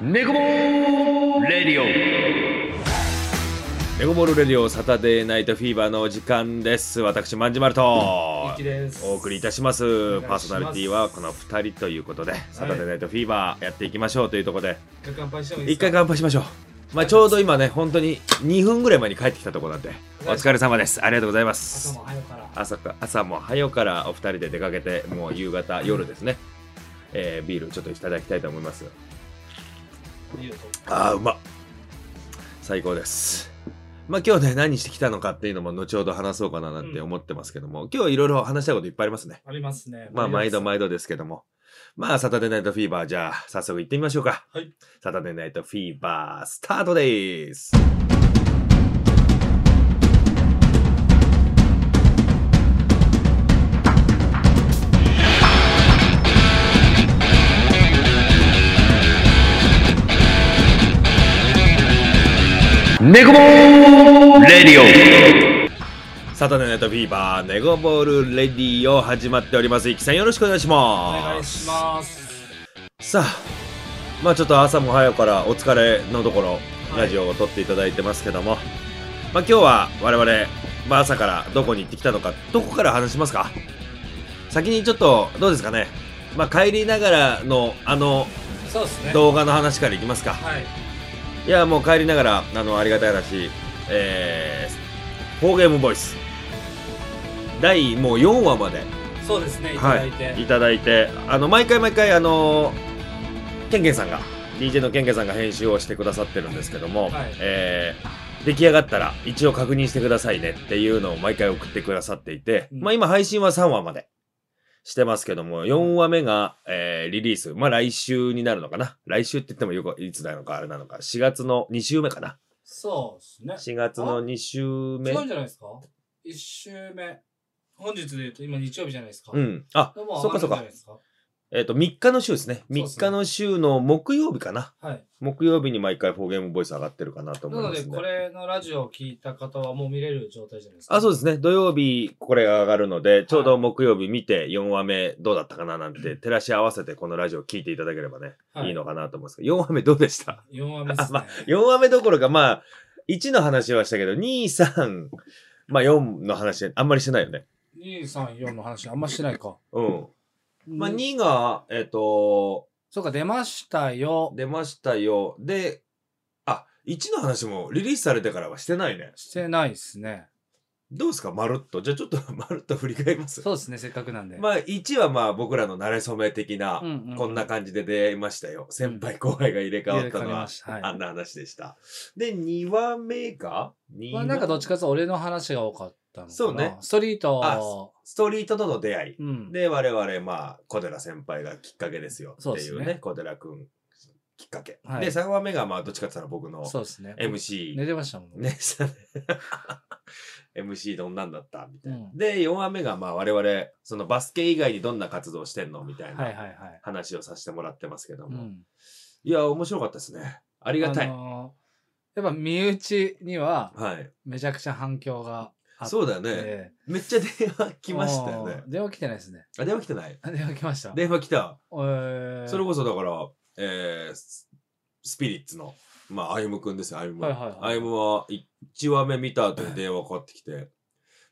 ネコボールレディオネゴボールレディオサタデーナイトフィーバーのお時間です。私、まんじまるとゆきですお送りいたしお願まいしす。ますパーソナリティはこの二人ということで、サタデーナイトフィーバーやっていきましょうというところで、一回乾杯してもいいで一すか回乾杯しましょう。まあ、ちょうど今ね、本当に2分ぐらい前に帰ってきたところなんで、お疲れ様です。ありがとうございま朝すも。早から朝か朝も早からお二人で出かけて、もう夕方、夜ですね、えービールちょっといただきたいと思います。いいよあーうまっ最高ですまあ今日ね何してきたのかっていうのも後ほど話そうかななんて思ってますけども、今日いろいろ話したいこといっぱいありますねありますねまあ毎度毎毎度ですけどもまあサタデーナイトフィーバーじゃあ早速行ってみましょうか、はいサタデーナイトフィーバースタートですネコボールレディサタデーナイトフィーバーネゴボールレディオ始まっておりますいきさんよろしくお願いしおます願いしますさあまあちょっと朝も早くからお疲れのところはいラジオを撮っていただいてますけども、まあ今日は我々、まあ、朝からどこに行ってきたのかどこから話しますか先にちょっとどうですかねまあ帰りながらのあのそうですね動画の話からいきますかはいいやもう帰りながらあのありがたい話えー、フォーゲームボイス第もう4話までそうですねいたはだいいて、いただいてあの毎回毎回あのケンケンさんが DJ のケンケンさんが編集をしてくださってるんですけども、はいえー出来上がったら一応確認してくださいねっていうのを毎回送ってくださっていて、うんまあ今配信は3話までしてますけども4話目が、えーリリースまあ来週になるのかな来週って言ってもよくいつなのかあれなのか4月の2週目かなそうですね4月の2週目違うんじゃないですか一週目本日で言うと今日曜日じゃないですかうんあでもそうかそう上がかるんじゃないですえっ、と3日の週ですねそうです3ね日の週の木曜日かなかはい木曜日に毎回フォーゲームボイス上がってるかなと思ないのまですこね。れのラジオを聞いた方はもう見れる状態じゃないですかあ、そううですね。土曜日、これが上がるので、ちょうど木曜日見て4話目どうだったかななんて、照らし合わせてこのラジオ聞いていただければね、はいいいのかなと思うんですけど、4話目どうでした4話目ですね、まあ ?4 話目どころか、まあ、1の話はしたけど、2、3、まあ4の話、あんまりしてないよね。 234の話あんましてないかうん。まあ2が、えっ、と、そうか出ましたよ出ましたよ。で、あ、1の話もリリースされてからはしてないね。してないですねどうですかまるっと。じゃあちょっと まるっと振り返ります。そうですねせっかくなんでまあ1はまあ僕らの慣れ初め的な、うんうんこんな感じで出会いましたよ。先輩後輩が入れ替わっ入れ替たのわりはましたはいあんな話でした。で、2話目がまあなんかどっちかというと俺の話が多かったのかな。そうねストリーあト、ストリートとの出会い。うん。で、我々、まあ、小寺先輩がきっかけですよ。ってそうでいすうねね、小寺くんきっかけ。はいで、3話目が、まあ、どっちかって言ったら僕のそうですね。 MC。寝てましたもんね、 したね。MC どんなんだったみたいな。うんで、4話目が、まあ我々、そのバスケ以外にどんな活動してんのみたいはいなはいはい。話をさせてもらってますけどうも。ん。いや、面白かったですね。あありがたい。のーやっぱ身内にははい。めちゃくちゃ反響があって。そうだよね。めっちゃ電話来ましたよねおー。電話来てないですね。あ、電話来てないあ電話来ました。電話来た。えー、それこそだから、えー、ススピリッツの、まあ、あゆむくんですよ、あゆむ。はいはいはいあゆむは1話目見た後に電話かかってきて、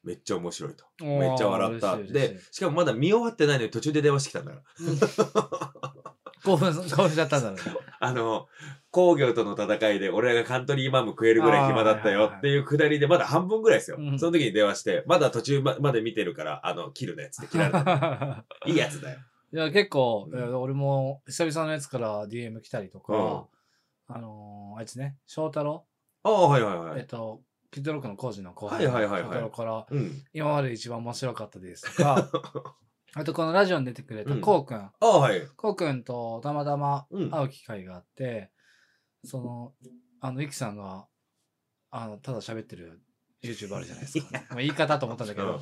めっちゃ面白いと。おーめっちゃ笑った。嬉しい嬉しいで、しかもまだ見終わってないのに途中で電話してきたんだから。 興奮、興奮しちゃったんだろうね。あの、工業との戦いで俺がカントリーマーム食えるぐらい暇だったよっていうくだりでまだ半分ぐらいですよ。うんその時に電話して、まだ途中ままで見てるから、あの、切るねっつって切られた。 いいやつだよ。いや、結構、うんいや俺も久々のやつから DM 来たりとか、あのー、あいつね、翔太郎ああ、はいはいはえっい。と、キッドロックの工事の後はいはいはいはい翔太郎から、うん。今までで一番面白かったですとか、 あとこのラジオに出てくれたこうくん、ああ、はい。こうくんとたまたまうん会う機会があって、その、あの、ゆきさんが、あの、ただ喋ってる YouTube あるじゃないですか。まあ言い方と思ったんだけど、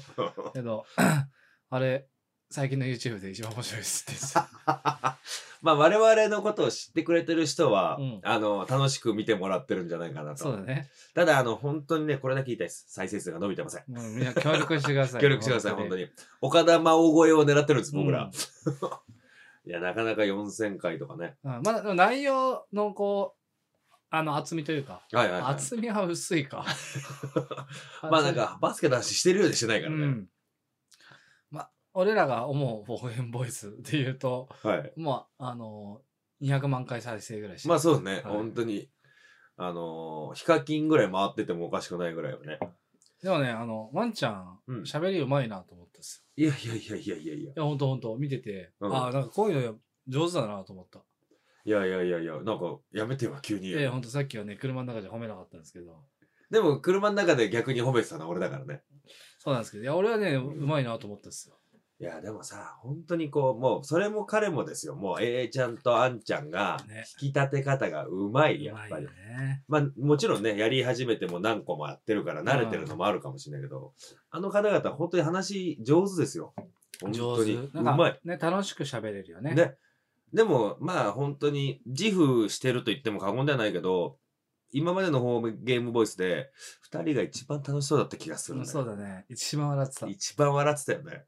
けど、 あれ、最近の YouTube で一番面白いですって言って た。 まあ我々のことを知ってくれてる人は、うんあの、楽しく見てもらってるんじゃないかなそうと。だね。ただ、あの、本当にね、これだけ言いたいです。再生数が伸びてません。もうみんな協力してください。協力してください、本当に。岡田真央越えを狙ってるんです、僕ら。うんいや、なかなか4000回とかね。うん、まだでも内容のこう、あの厚みというか、はいはい、はい。厚みは薄いか。 まあなんか、バスケの話してるようでしてないかうらね。ん。まあ、俺らが思う応援ボイスで言うと、はい。まあ、あの、200万回再生ぐらいして。まあそうね、い本当に。あのーヒカキンぐらい回っててもおかしくないぐらいよね。でもね、あの、ワンちゃんうん、喋、りうまいなと思ったんですいやいやいやいやいやいや。よ。いや、ほんとほんと、見てて、うんああ、なんかこういうの上手だなと思った。いやいやいやいや、なんかやめてよ、急に。いやいや、ほんとさっきはね、車の中じゃ褒めなかったんですけど、でも車の中で逆に褒めてたのは俺だからね。そうなんですけど、いや、俺はね、うまいなと思ったんですよ。いや、でもさ、本当にこう、もう、それも彼もですよ。もう、A ちゃんとあんちゃんが、ね引き立て方がうまい、やっぱうま。りいよね。まあ、もちろんね、やり始めても何個もやってるから、慣れてるのもあるかもしれないけど、あの方々、本当に話上手ですよ。本当上手に。。うなんまかい。ね、楽しく喋れるよね。ね。でも、まあ、本当に、自負してると言っても過言ではないけど、今までのホームゲームボイスで、二人が一番楽しそうだった気がする、うねん、そうだね。一番笑ってた。一番笑ってたよね。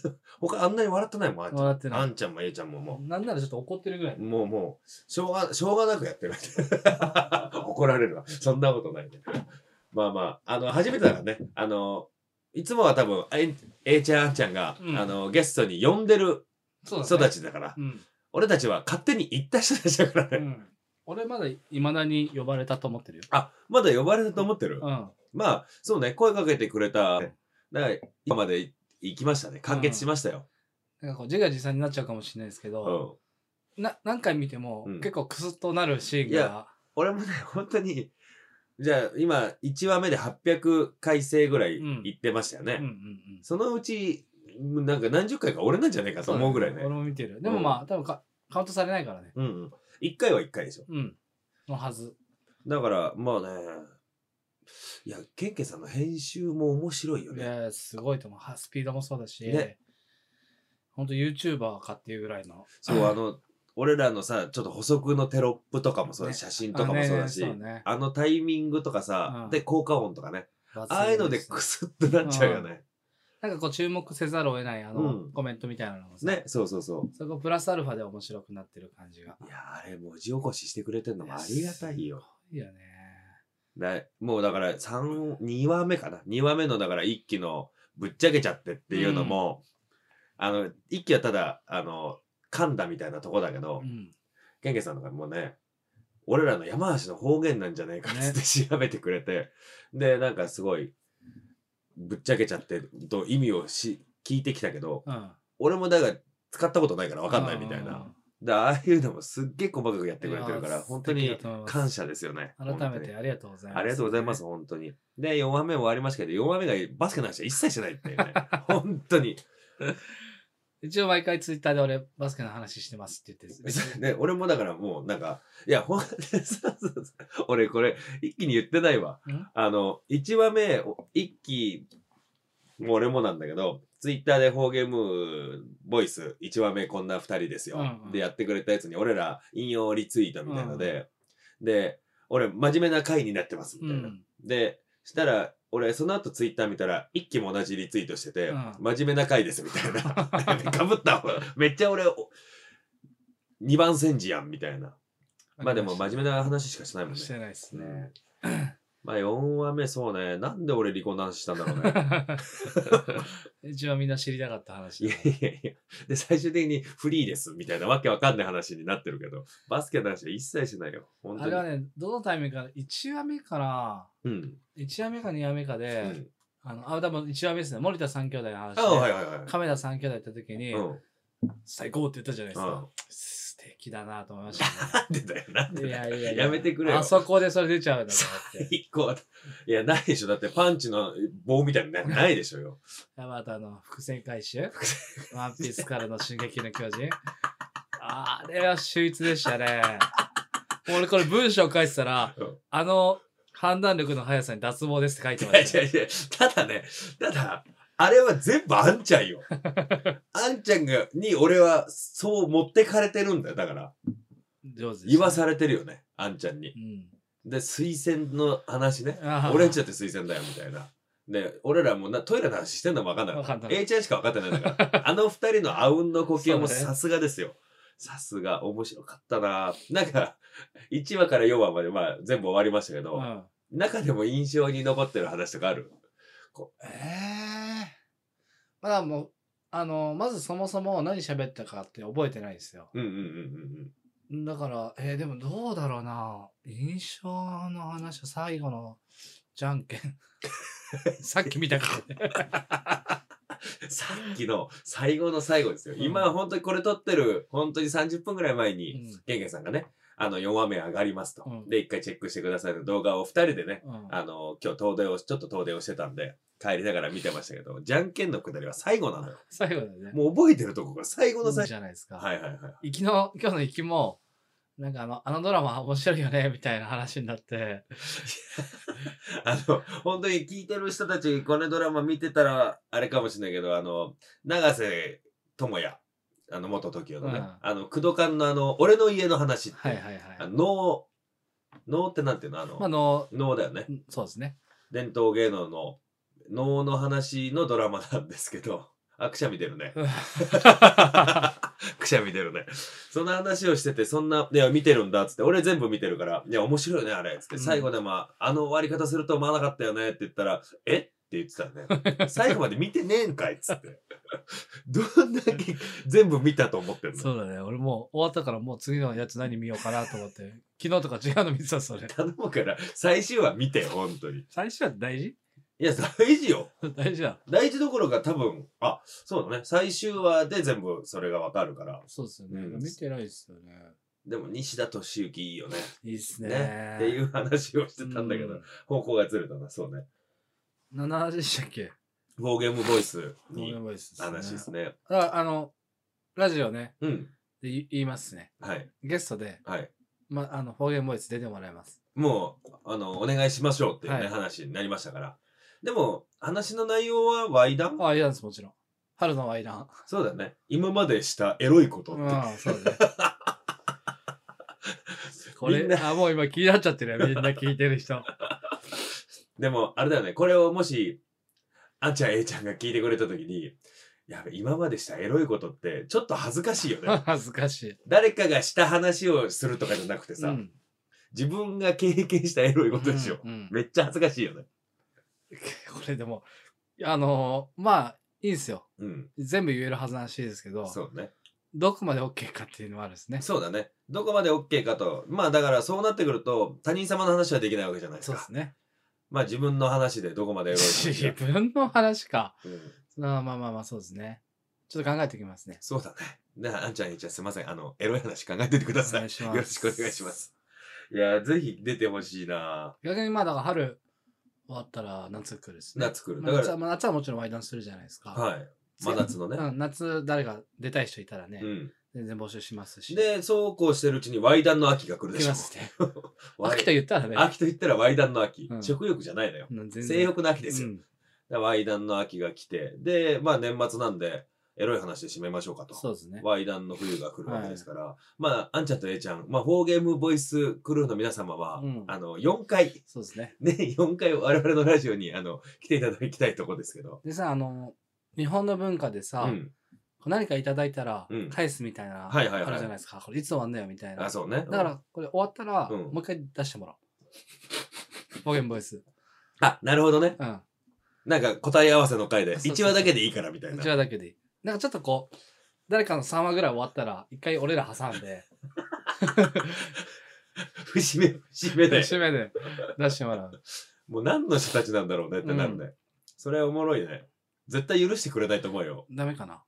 他あんなに笑ってないもん、あんちゃん。笑ってあない。んちゃんも A ちゃんもも、。なんならちょっと怒ってるぐらいうもうもう、しょうが、しょうがなくやってる。 怒られるわ。そんなことないね。まあまあ、あの、初めてだからね、あの、いつもは多分、A, A ちゃん、あんちゃんが、うんあの、ゲストに呼んでるそう人ただね。ちだから、うん。俺たちは勝手に行った人たちだからうね。ん。 俺まだ未だに呼ばれたと思ってるよ。あ、まだ呼ばれたと思ってる。うん。まあ、そうね、声かけてくれた、だから今まで行きましたね。完結しましたよ。なんかこう自画自賛になっちゃうかもしれないですけうど、んな何回見ても、うん結構クスッとなるシーンいがや俺もね、本当に、じゃあ今、1話目で800回生ぐらいうん行ってましたよね。うんうんうんそのうち、なんか何十回か俺なんじゃないかと思うぐらいね。俺も見てるでもまあ、多分かカウントされないからねうんうん。1回は1回でしょ。うんのはずだから、まあね、いや、ケンケンさんの編集も面白いよいね。やすごいと思うはスピードもそうだし、ねほんと YouTuber かっていうぐらいのそう、あの、俺らのさ、ちょっと補足のテロップとかもそうだし、写真とかもそうだし、あねそうねあのタイミングとかさ、うんで、効果音とかね、抜群ああいうのですクスッとなっちゃうよね。なんかこう注目せざるを得ないあの、うんコメントみたいなのもさね、そうそうそう。そこプラスアルファで面白くなってる感じがいや、あれ、文字起こししてくれてるのもありがたいよ。いいよねなもうだから、三2話目かな。2話目の、だから、一期の、ぶっちゃけちゃってっていうのも、あの、一期はただ、あの、噛んだみたいなとこだけどう、んケンケンさんとかもうね、俺らの山橋の方言なんじゃないかっつって調べてくれて、で、なんかすごい、ぶっちゃけちゃってと意味をし聞いてきたけど、うん俺もだから、使ったことないから分かんないみたいな。で、ああいうのもすっげえ細かくやってくれてるかいら、やー本当素敵にだと思います感謝ですよね。改め本当てにありがとうございますありがとうございます、本当に。で、4話目終わりましたけど、4話目がバスケの話は一切しないっていう ね。本当に。一応毎回ツイッターで俺バスケの話してますって言って るね、俺もだからもうなんか、いや、ほんそうそうそう俺これ、一気に言ってないわん。あの、1話目、お一気、もう俺もなんだけど、ツイッターでフォーゲームボイス、1話目こんな2人ですよ。うんうんで、やってくれたやつに、俺ら引用リツイートみたいので、で、俺、真面目な回になってます、みうたいな。んで、したら、俺、その後ツイッター見たら、一気も同じリツイートしてて、うん真面目な回です、みた いな。かぶったわめっちゃ俺、お二番煎じやん、みたいな。まあでも、真面目な話しかしないもんねし。てないですうねんまあ、4話目、そうね。なんで俺離婚の話したんだろ うね。 一応みんな知りたかったい話やいやいや。で、最終的にフリーです、みたいなわけわかんない話になってるけど、バスケの話は一切しないよ。本あ当れはに。ねどのタイミングか1話目からうん。 1話目か2話目かうで、んあのあ多分1話目ですね森田三兄弟の話で、あはいはいはい。亀田三兄弟行った時に、うん。最高って言ったじゃないですか、うん素敵だなと思いました なんでだよ、なんねでだよい。やいやいやめてくれよあそこでそれ出ちゃうんだと思 って一個は、いや、ないでしょ。だってパンチの棒みた いなのないでしょよ。あまたあの伏線回収ワンピースからの進撃の巨人。あれは秀逸でしたね。俺これ文章書いてたらうん、あの判断力の速さに脱帽ですって書いていまやいしたやよ。いや、ただね、ただ、あれは全部あんちゃ んよ。あんちゃんが、に俺はそう持ってかれてるんだよ。だから、上手でした言わされてるよね。あんちゃんに。うん。で、推薦の話ね。あー俺んちだって推薦だよ、みたいな。ね、俺らもなトイレの話してんのも分かんなかっ分かんなた。い A ちゃんしか分かってないんだ から。あの二人のあうんの呼吸はもうそうだねさすがですよ。さすが、面白かったななんか、1話から4話まで、まあ、全部終わりましたけど、うん中でも印象に残ってる話とかあるええまだもうあのまずそもそも何喋ったかって覚えてないんですようんうんうんうんだからえー、でもどうだろうな印象の話は最後のじゃんけん さっき見たからねうん。さっきの最後の最後ですよ。うん今、本当にこれ撮ってる、本当に30分ぐらい前うに、んゲンゲンさんがね、あの、4話目上がりますと。うんで、一回チェックしてくださいの動画を2人でね、うんあの、今日遠出を、ちょっと遠出をしてたんで、帰りながら見てましたけど、じゃんけんのくだりは最後なのよ。最後だよねもう覚えてるとこが最後のいい最じ後。ゃないですか、はいはいはい。行きの今日の行きもなんかあのあのドラマ面白いよねみたいな話になってあの、本当に聞いてる人たち、このドラマ見てたら、あれかもしれないけど、あの、永瀬智也、あの、元 TOKIO のね、うんあの、工藤館のあの、俺の家の話って、はいはいはいあの能、能ってなんていうのあの、まああの能だよね。そうです ね伝統芸能の能の話のドラマなんですけど、 あ、くしゃみ出るね。 くしゃみ出るね。そんな話をしてて、そんな、いや、見てるんだっつって、俺全部見てるから、いや、面白いよね、あれ。つっうて、ん最後でも、ああの終わり方すると思わなかったよねって言ったら、えって言ってたね。最後まで見てねえんかいっつって。 どんだけ全部見たと思ってる のそうだね。俺もう終わったからもう次のやつ何見ようかなと思って。 昨日とか違うの見てた、それ。頼むから、最終話見て、本当に。最初は大事いや、大事よ。 大事だ。大事どころか多分、あ、そうだね。最終話で全部それがわかるから。そうですよね見てないですよね。でも、西田敏行いいよね。いいっすね。ね。っていう話をしてたんだけうど、方向がずれたな、そうね。何の話でしたっけフォーゲームボイスどうでにもいいっす、話ですね。ああの、ラジオね、うん。で言言いますね。はい。ゲストで、はい。ま、あの、方言ボイス出てもらいます。もう、あの、お願いしましょうっていうね、はい話になりましたから。でも、話の内容はワイダンあ、いらんです、もちろん。春のはいらん。そうだね。今までしたエロいことって。うん、そう だね。こみれ、んなあ、もう今気になっちゃってるよ。みんな聞いてる 人。でも、あれだよね。これをもし、あんちゃん、えいちゃんが聞いてくれたときに、やべ、今までしたエロいことって、ちょっと恥ずかしいよね。恥ずかしい。誰かがした話をするとかじゃなくてさ、うん自分が経験したエロいことでしょ。うんうんめっちゃ恥ずかしいよね。 これでも、あのーまあ、いいんですよ。うん。全部言えるはずの話ですけど、そうね。どこまで OK かっていうのもあるんですね。そうだね。どこまで OK かと。まあだからそうなってくると、他人様の話はできないわけじゃないですそうか。ですね。まあ自分の話でどこまでエロい話自 が、分の話か。うんまあまあまあまあ、そうですね。ちょっと考えておきますね。そうだね。ね、あんちゃん、えいちゃん、すいません。あの、エロい話考えててください。お願いしますよろしくお願いします。いやー、ぜひ出てほしいな逆にまあ、だから春終わったら夏来るですね。夏来るまあだから夏はまあ夏はもちろんワイダンするじゃないですか。はい。真夏のね。うん、夏誰か出たい人いたらね、うん。全然募集しますし。、で、そうこうしてるうちに、ワイダンの秋が来るで来しょ。ますね。ワイ秋と言ったらね。秋と言ったらワイダンの秋。うん食欲じゃないのよ。うん全然性欲の秋ですよ。うんでワイダンの秋が来て、で、まあ年末なんで、エロい話で締めましょうかと。そうですね。ワイダンの冬が来るわけですから、まあ、あんちゃんとえいちゃん、まあ、フォーゲームボイスクルーの皆様は、うんあの、4回、そうですね。ね、4回我々のラジオに、あの、来ていただきたいとこですけど。でさ、あの、日本の文化でさ、うん。何かいただいたらうん返すみたいな、はいはいはいあるじゃないですか。これいつ終わんだよみたいな。あ、そうね。だから、これ終わったら、うんもう一回出しても らおう。ボゲンボイス。うんあ、なるほどね。うん。なんか答え合わせの回で、そうそう1話だけでいいからみたいな。 1話だけでいい。なんかちょっとこう、誰かの3話ぐらい終わったら、一回俺ら挟んで、節目、節目で。締めで出してもらう。もう何の人たちなんだろうねってなるね。うそれはおもろいね。絶対許してくれないと思うよ。ダメかな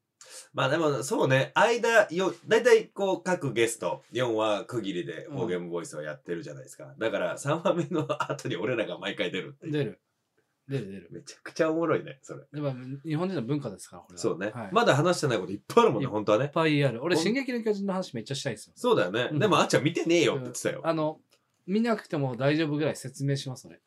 まあでもそうね、間よ、大体こう各ゲスト4話区切りでうん方言ボイスをやってるじゃないですか。だから3話目の後に俺らが毎回出るっていう。出る。出る出る。めちゃくちゃおもろいね、それ。やっぱ日本人の文化ですから、これは。そうね、はい、まだ話してないこといっぱいあるもんね、いっ本当はいっね。ぱいある。俺、ほん進撃の巨人の話めっちゃしたいんですよ。そうだよね。うんでもあっちゃん見てねえよって言ってたよ。あの、見なくても大丈夫ぐらい説明します、俺。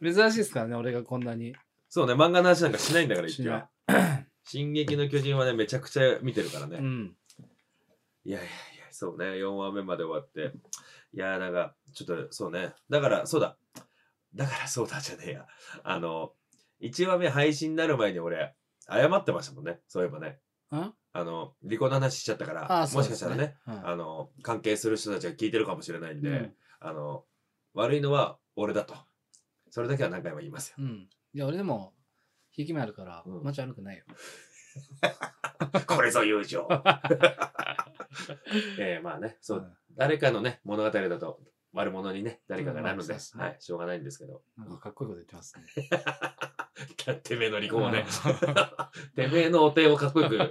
め珍しいですからね、俺がこんなに。そうね、漫画の話なんかしないんだから、一しない応。 進撃の巨人はね、めちゃくちゃ見てるからね。うん。いやいやいや、そうね、4話目まで終わって。いや、なんか、ちょっと、そうね。だから、そうだ。だからそうだじゃねえや。あの、1話目配信になる前に俺、謝ってましたもんね。そういえばね。んあの、離婚の話しちゃったから、あもしかしたらね、。そうですあの、関係する人たちが聞いてるかもしれないんで、はいうんあの、悪いのは俺だと。それだけは何回も言いますうよ。ん。いや、俺でも、引き目あるから、うん間違いなくないよ。これぞ友情。 えー、まあね、そう、誰かのね、物語だと悪者にね、誰かがなるうんのまあそうで、ですねはい、しょうがないんですけ ど。うん。なんかかっこいいこと言ってますね。だってめえの離婚をね、うんてめえのお手をかっこよく。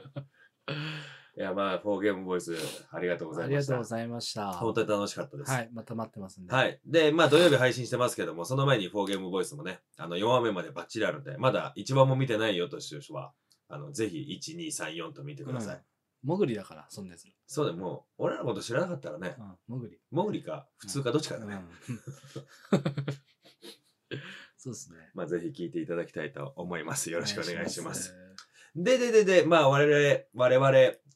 いや、まあ、フォーゲームボイス、ありがとうござあいりまがしとうたご。ざいました。本当に楽しかったです。はい、また待ってますんで。い。はい。で、まあ土曜日配信してますけども、その前に4ゲームボイスもね、あの4話目までバッチリあるんで、まだ1話も見てないよという人は、あの、ぜひ1、2、3、4と見てください。うんもぐりだから、そんなやつ。そうだよ、もう、俺らのこと知らなかったら ねう、ん、もぐり。モグリか普通かどっちかだね。うん。 そうですね。まあぜひ聞いていただきたいと思います。よろしくお願いします。お願いしで、で、で、で、まあ我々、我々、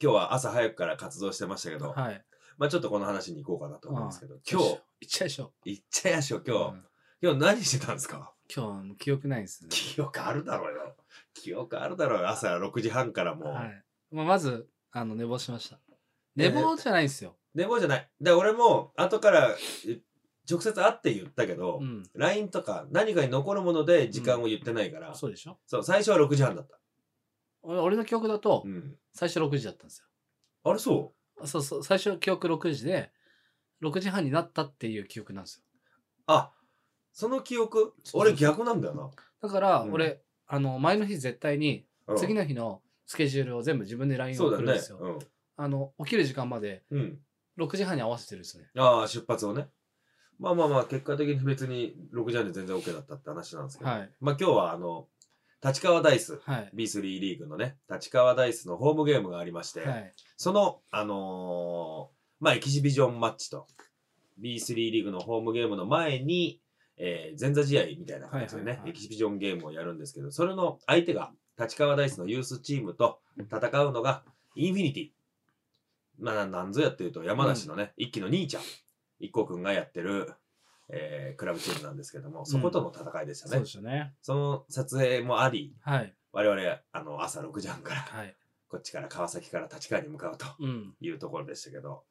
今日は朝早くから活動してましたけど、ます。はい。まあちょっとこの話に行こうかなと思うんですけど、今日、いっちゃいましょ行っちゃいましょう、う。今日。うん今日何してたんですか今日はもう記憶ないですね。記憶あるだろうよ。記憶あるだろうよ。朝6時半からもう。はい。まあ、まず、あの、寝坊しました。え寝ー坊じゃないんですよ。寝坊じゃない。で、俺も、後から、え直接会って言ったけど、うん。 LINE とか何かに残るもので時間を言ってないから、そそううでしょ最初は6時半だった。俺俺の記憶だとう、ん。最初6時だったんですあれそよ。そうそう、最初記憶6時で、6時半になったっていう記憶なんですよ。うあ、その記憶、そうそう俺逆なんだよだから、うん俺、あの、前の日絶対に、な。次のの日のスケジュールを全部自分で LINE をそう送だるんでねす。よ。うん。あの、起きる時間までうん。 6時半に合わせてるんですよね。ああ、出発をね。まあまあまあ、結果的に別に6時半で全然 OK だったって話なんですけど、はい。まあ今日はあの、立川ダイス、はい。 B3 リーグのね、立川ダイスのホームゲームがありまして、はい。その、あのーまあ、エキシビジョンマッチと、B3 リーグのホームゲームの前に、えー前座試合みたいな感じでね、はいはいはいエキシビジョンゲームをやるんですけど、それの相手が、立川ダイスのユースチームと戦うのが、インフィニティ。まあ、なんぞやっていうと、山梨のね、一期の兄ちゃん、一光くんがやってる、えークラブチームなんですけども、そことの戦いでしたね。そうでしょうね。その撮影もあり、はい。我々、あの、朝6時半から、はい。こっちから川崎から立川に向かうと。うん。いうところでしたけど、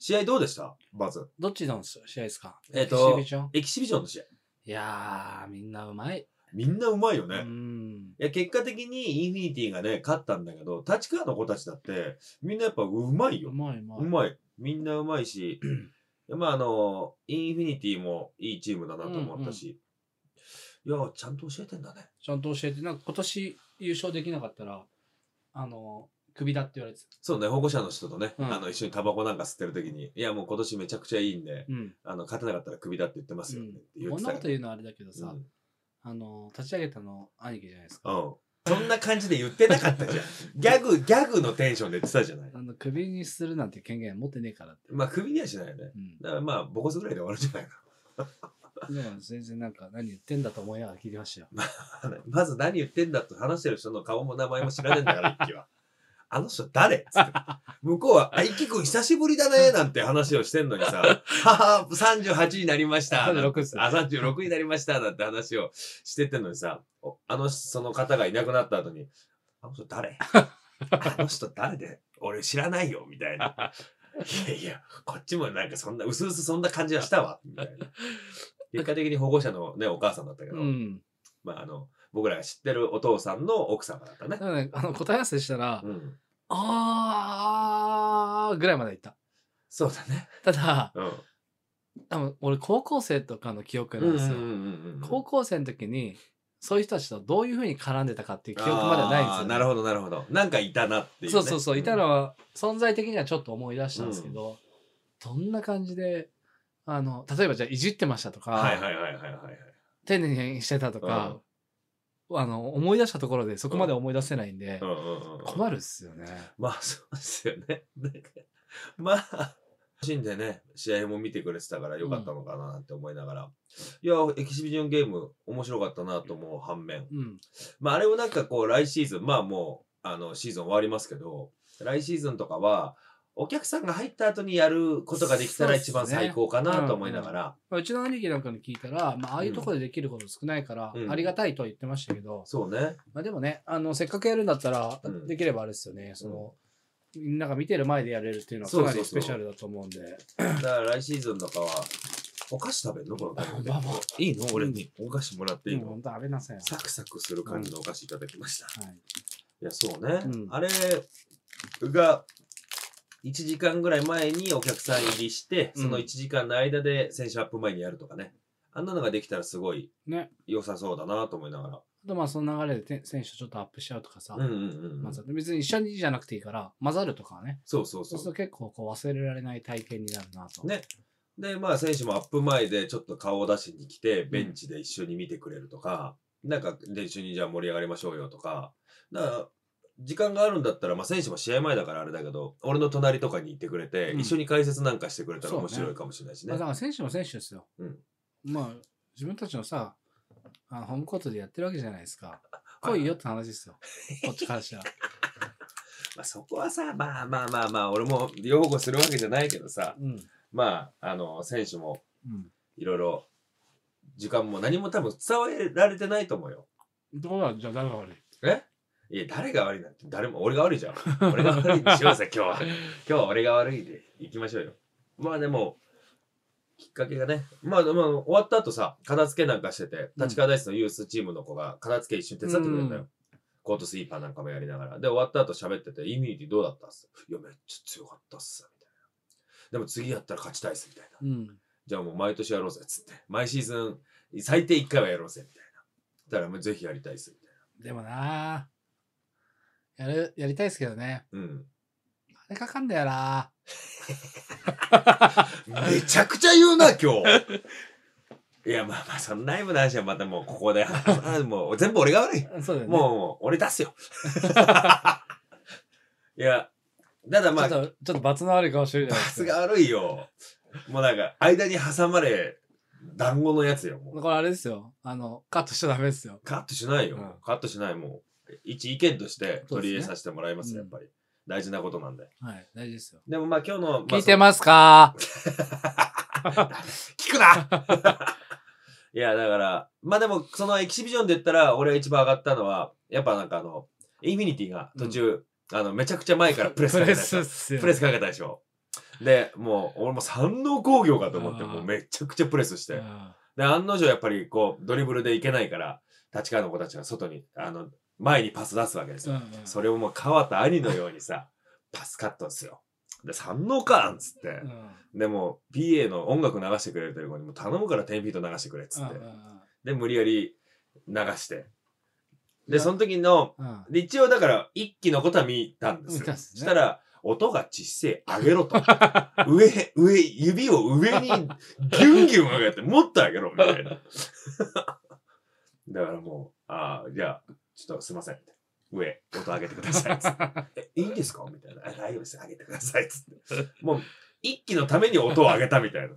試合どうでしたまず。どっちの試合ですかえっエキシとビジョンエキシビジョンの試合。いやー、みんなうまい。みんなうまいよね。ういん。や、結果的にインフィニティがね、勝ったんだけど、立川の子たちだって、みんなやっぱうまいうよ。まい、うまい。うまい。みんなうまいし、まああの、インフィニティもいいチームだなと思ったし、いや、ちゃんと教えてんだね。ちゃんと教えて、なんか今年優勝できなかったら、あの、クビだって言われてた。そうね、保護者の人とね、うんあの、一緒にタバコなんか吸ってる時に、いや、もう今年めちゃくちゃいいんで、うん。あの、勝てなかったらクビだって言ってますよね、って言こっんてなたこかとら。言うのはあれだけどさ、うんあの、立ち上げたの兄貴じゃないですか。うん。そんな感じで言ってなかったじゃん。ギャグ、ギャグのテンションで言ってたじゃない。あの、クビにするなんて権限持ってねえからって。まあ、首にはしないよね。うん。だからまあ、ボコスぐらいで終わるんじゃないでも全然なんか何言ってんだと思いながら聞いてましたよ。かな。 まず何言ってんだと話してる人の顔も名前も知らねえんだから、一気は。あの人誰つって。向こうは、あ、一気くん久しぶりだねなんて話をしてんのにさ、はは、38になりました。 36っすねあ、36になりました。なんて話をしてってんのにさ、おあの、その方がいなくなった後に、あの人誰 あの人誰で俺知らないよ、みたいな。いやいや、こっちもなんかそんな、うすうすそんな感じはしたわ、みたいな。結果的に保護者のね、お母さんだったけど、うん。まああの、僕らが知ってるお父さんの奥様だったねだ。からね、あの、答え合わせしたら、うん。あーぐらいまで行った。そうだね。ただ、うん。多分俺高校生とかの記憶うなんんうでんすよ。うんうん。高校生の時に、そういう人たちとどういうふうに絡んでたかっていう記憶まではないんですよ、あーなるほど、なるほど。なんかいたなっていう、ね。そうそうそう、いたらのは存在的にはちょっと思い出したんですけど、どんな感じで、あの、例えばじゃあいじってましたとか、はいはいはいはいはい。丁寧にしてたとか、あの、思い出したところでそこまで思い出せないんで、うんうんうん。困るっすよね。まあそうですよね。なんかまあ、楽しんでね、試合も見てくれてたからよかったのかなって思いながら、いや、エキシビジョンゲーム面白かったなと思う反面、うん。まああれをなんかこう来シーズン、まあもうあのシーズン終わりますけど、来シーズンとかは、お客さんが入った後にやることができたら一番そうっすね最高かなと思いながら、まあうちの兄貴なんかに聞いたら、まあ、ああいうところでできること少ないから、うんありがたいとは言ってましたけど、そうね。まあ、でもねあのせっかくやるんだったら、うんできればあれですよねその、みんなが見てる前でやれるっていうのはかなそうりそうスそうペシャルだと思うんでだから来シーズンとかは、お菓子食べんのこのタイミング でまあまあいいの俺にお菓子もらっていいでもの本当あれなさい、はサクサクする感じのお菓子いただきました。い、いや、そうね。うんあれが、1時間ぐらい前にお客さん入りして、うんその1時間の間で選手アップ前にやるとかね。あんなのができたらすごいね良さそうだなと思いながあとまあその流れでて選手ちょっとアップしちゃうとかさ、ら。うんうんうんう混ん。ざって別に一緒にじゃなくていいから混ざるとかはねそうそうそそうするう。と結構こう忘れられない体験になるなと、ね。で、まあ選手もアップ前でちょっと顔を出しに来て、ベンチで一緒に見てくれるとか、なんか練習にじゃあ盛り上がりましょうよとか。だから時間があるんだったら、まあ、選手も試合前だからあれだけど、俺の隣とかに行ってくれて、うん一緒に解説なんかしてくれたらそうね面白いかもしれないしまねあ、だ。から選手も選手ですよ、うんまあ自分たちのさあのホームコートでやってるわけじゃないですかはい来いよって話ですよこっちから したらまあ、そこはさ、まあまあまあまあ、俺も擁護するわけじゃないけどさ、うんまあ、あの、選手もうんいろいろ、時間も何も多分伝えられてないと思うよ。どこがじゃあ誰が悪いえいや、誰が悪いなんて、誰も、俺が悪いじゃん。俺が悪いにし ようぜ、今日は。今日は俺が悪いで、行きましょうよ。まあでも、きっかけがね、まあ、まあ、終わった後さ、片付けなんかしてて、立川大スのユースチームの子が片付け一緒に手伝ってくれたよ。うんコートスイーパーなんかもやりながら。で、終わった後喋ってて、イミュニティどうだったっすいや、めっちゃ強かったっす、みたいな。でも次やったら勝ちたいっす、みたいな。うんじゃあもう毎年やろうぜ、つって。毎シーズン、最低1回はやろうぜ、みたいな。だからもうぜひやりたいっす、みたいでもなぁやる、やりたいですけどね。な。うん。あれかかんだよなめちゃくちゃ言うな、今日。 いや、まあまあ、その内部の話はまたもうここで。 もう全部俺が悪い。ぁそうだよね。もう、もう俺出すよ。 いや、ただまあち、ょっと、ちょっと罰の悪い顔してるじゃパないですスか。が悪いよ。もうなんか、間に挟まれ、団子のやつよ。もうこれあれですよ。あの、カットしちゃダメですよ。カットしないよ。うんカットしない、もう。一意見としてそうですね取り入れさせてもらいます、やっぱり。大事なことなんで。はい、大事ですよ。でもまあ今日の、まあ聞いてますか聞くな いや、だから、まあでも、そのエキシビジョンで言ったら、俺が一番上がったのは、やっぱなんかあの、インフィニティが途中、あの、めちゃくちゃ前からプレスプかレけたでしスょっ。すよ。プレスかけたでしょ。で、もう、俺も山王工業かと思って、あーもうめちゃくちゃプレスしうて。んで、案の定やっぱりこう、ドリブルでいけないから、立川の子たちが外に、あの、前にパス出すわけですよ。うんうんそれをもう川田兄のようにさ、パスカットですよ。で、山王かんっつって。うんでも、PA の音楽流してくれるという子に、もう頼むから10フィート流してくれっつってう。んで、無理やり流して。いで、やその時の、うんうんで一応だから、一期のことは見たんですよ。見たっすそねしたら、音がちっせえ、上 げろと。上、上、指を上に、ギュンギュン上げて、もっと上げろ、みたいな。 だからもう、ああ、じゃあ、ちょっとすいません。上、音上げてくださいっつって。 え、いいんですかみたいな。あ大丈夫です。上げてください。つって。もう、一期のために音を上げたみたいな。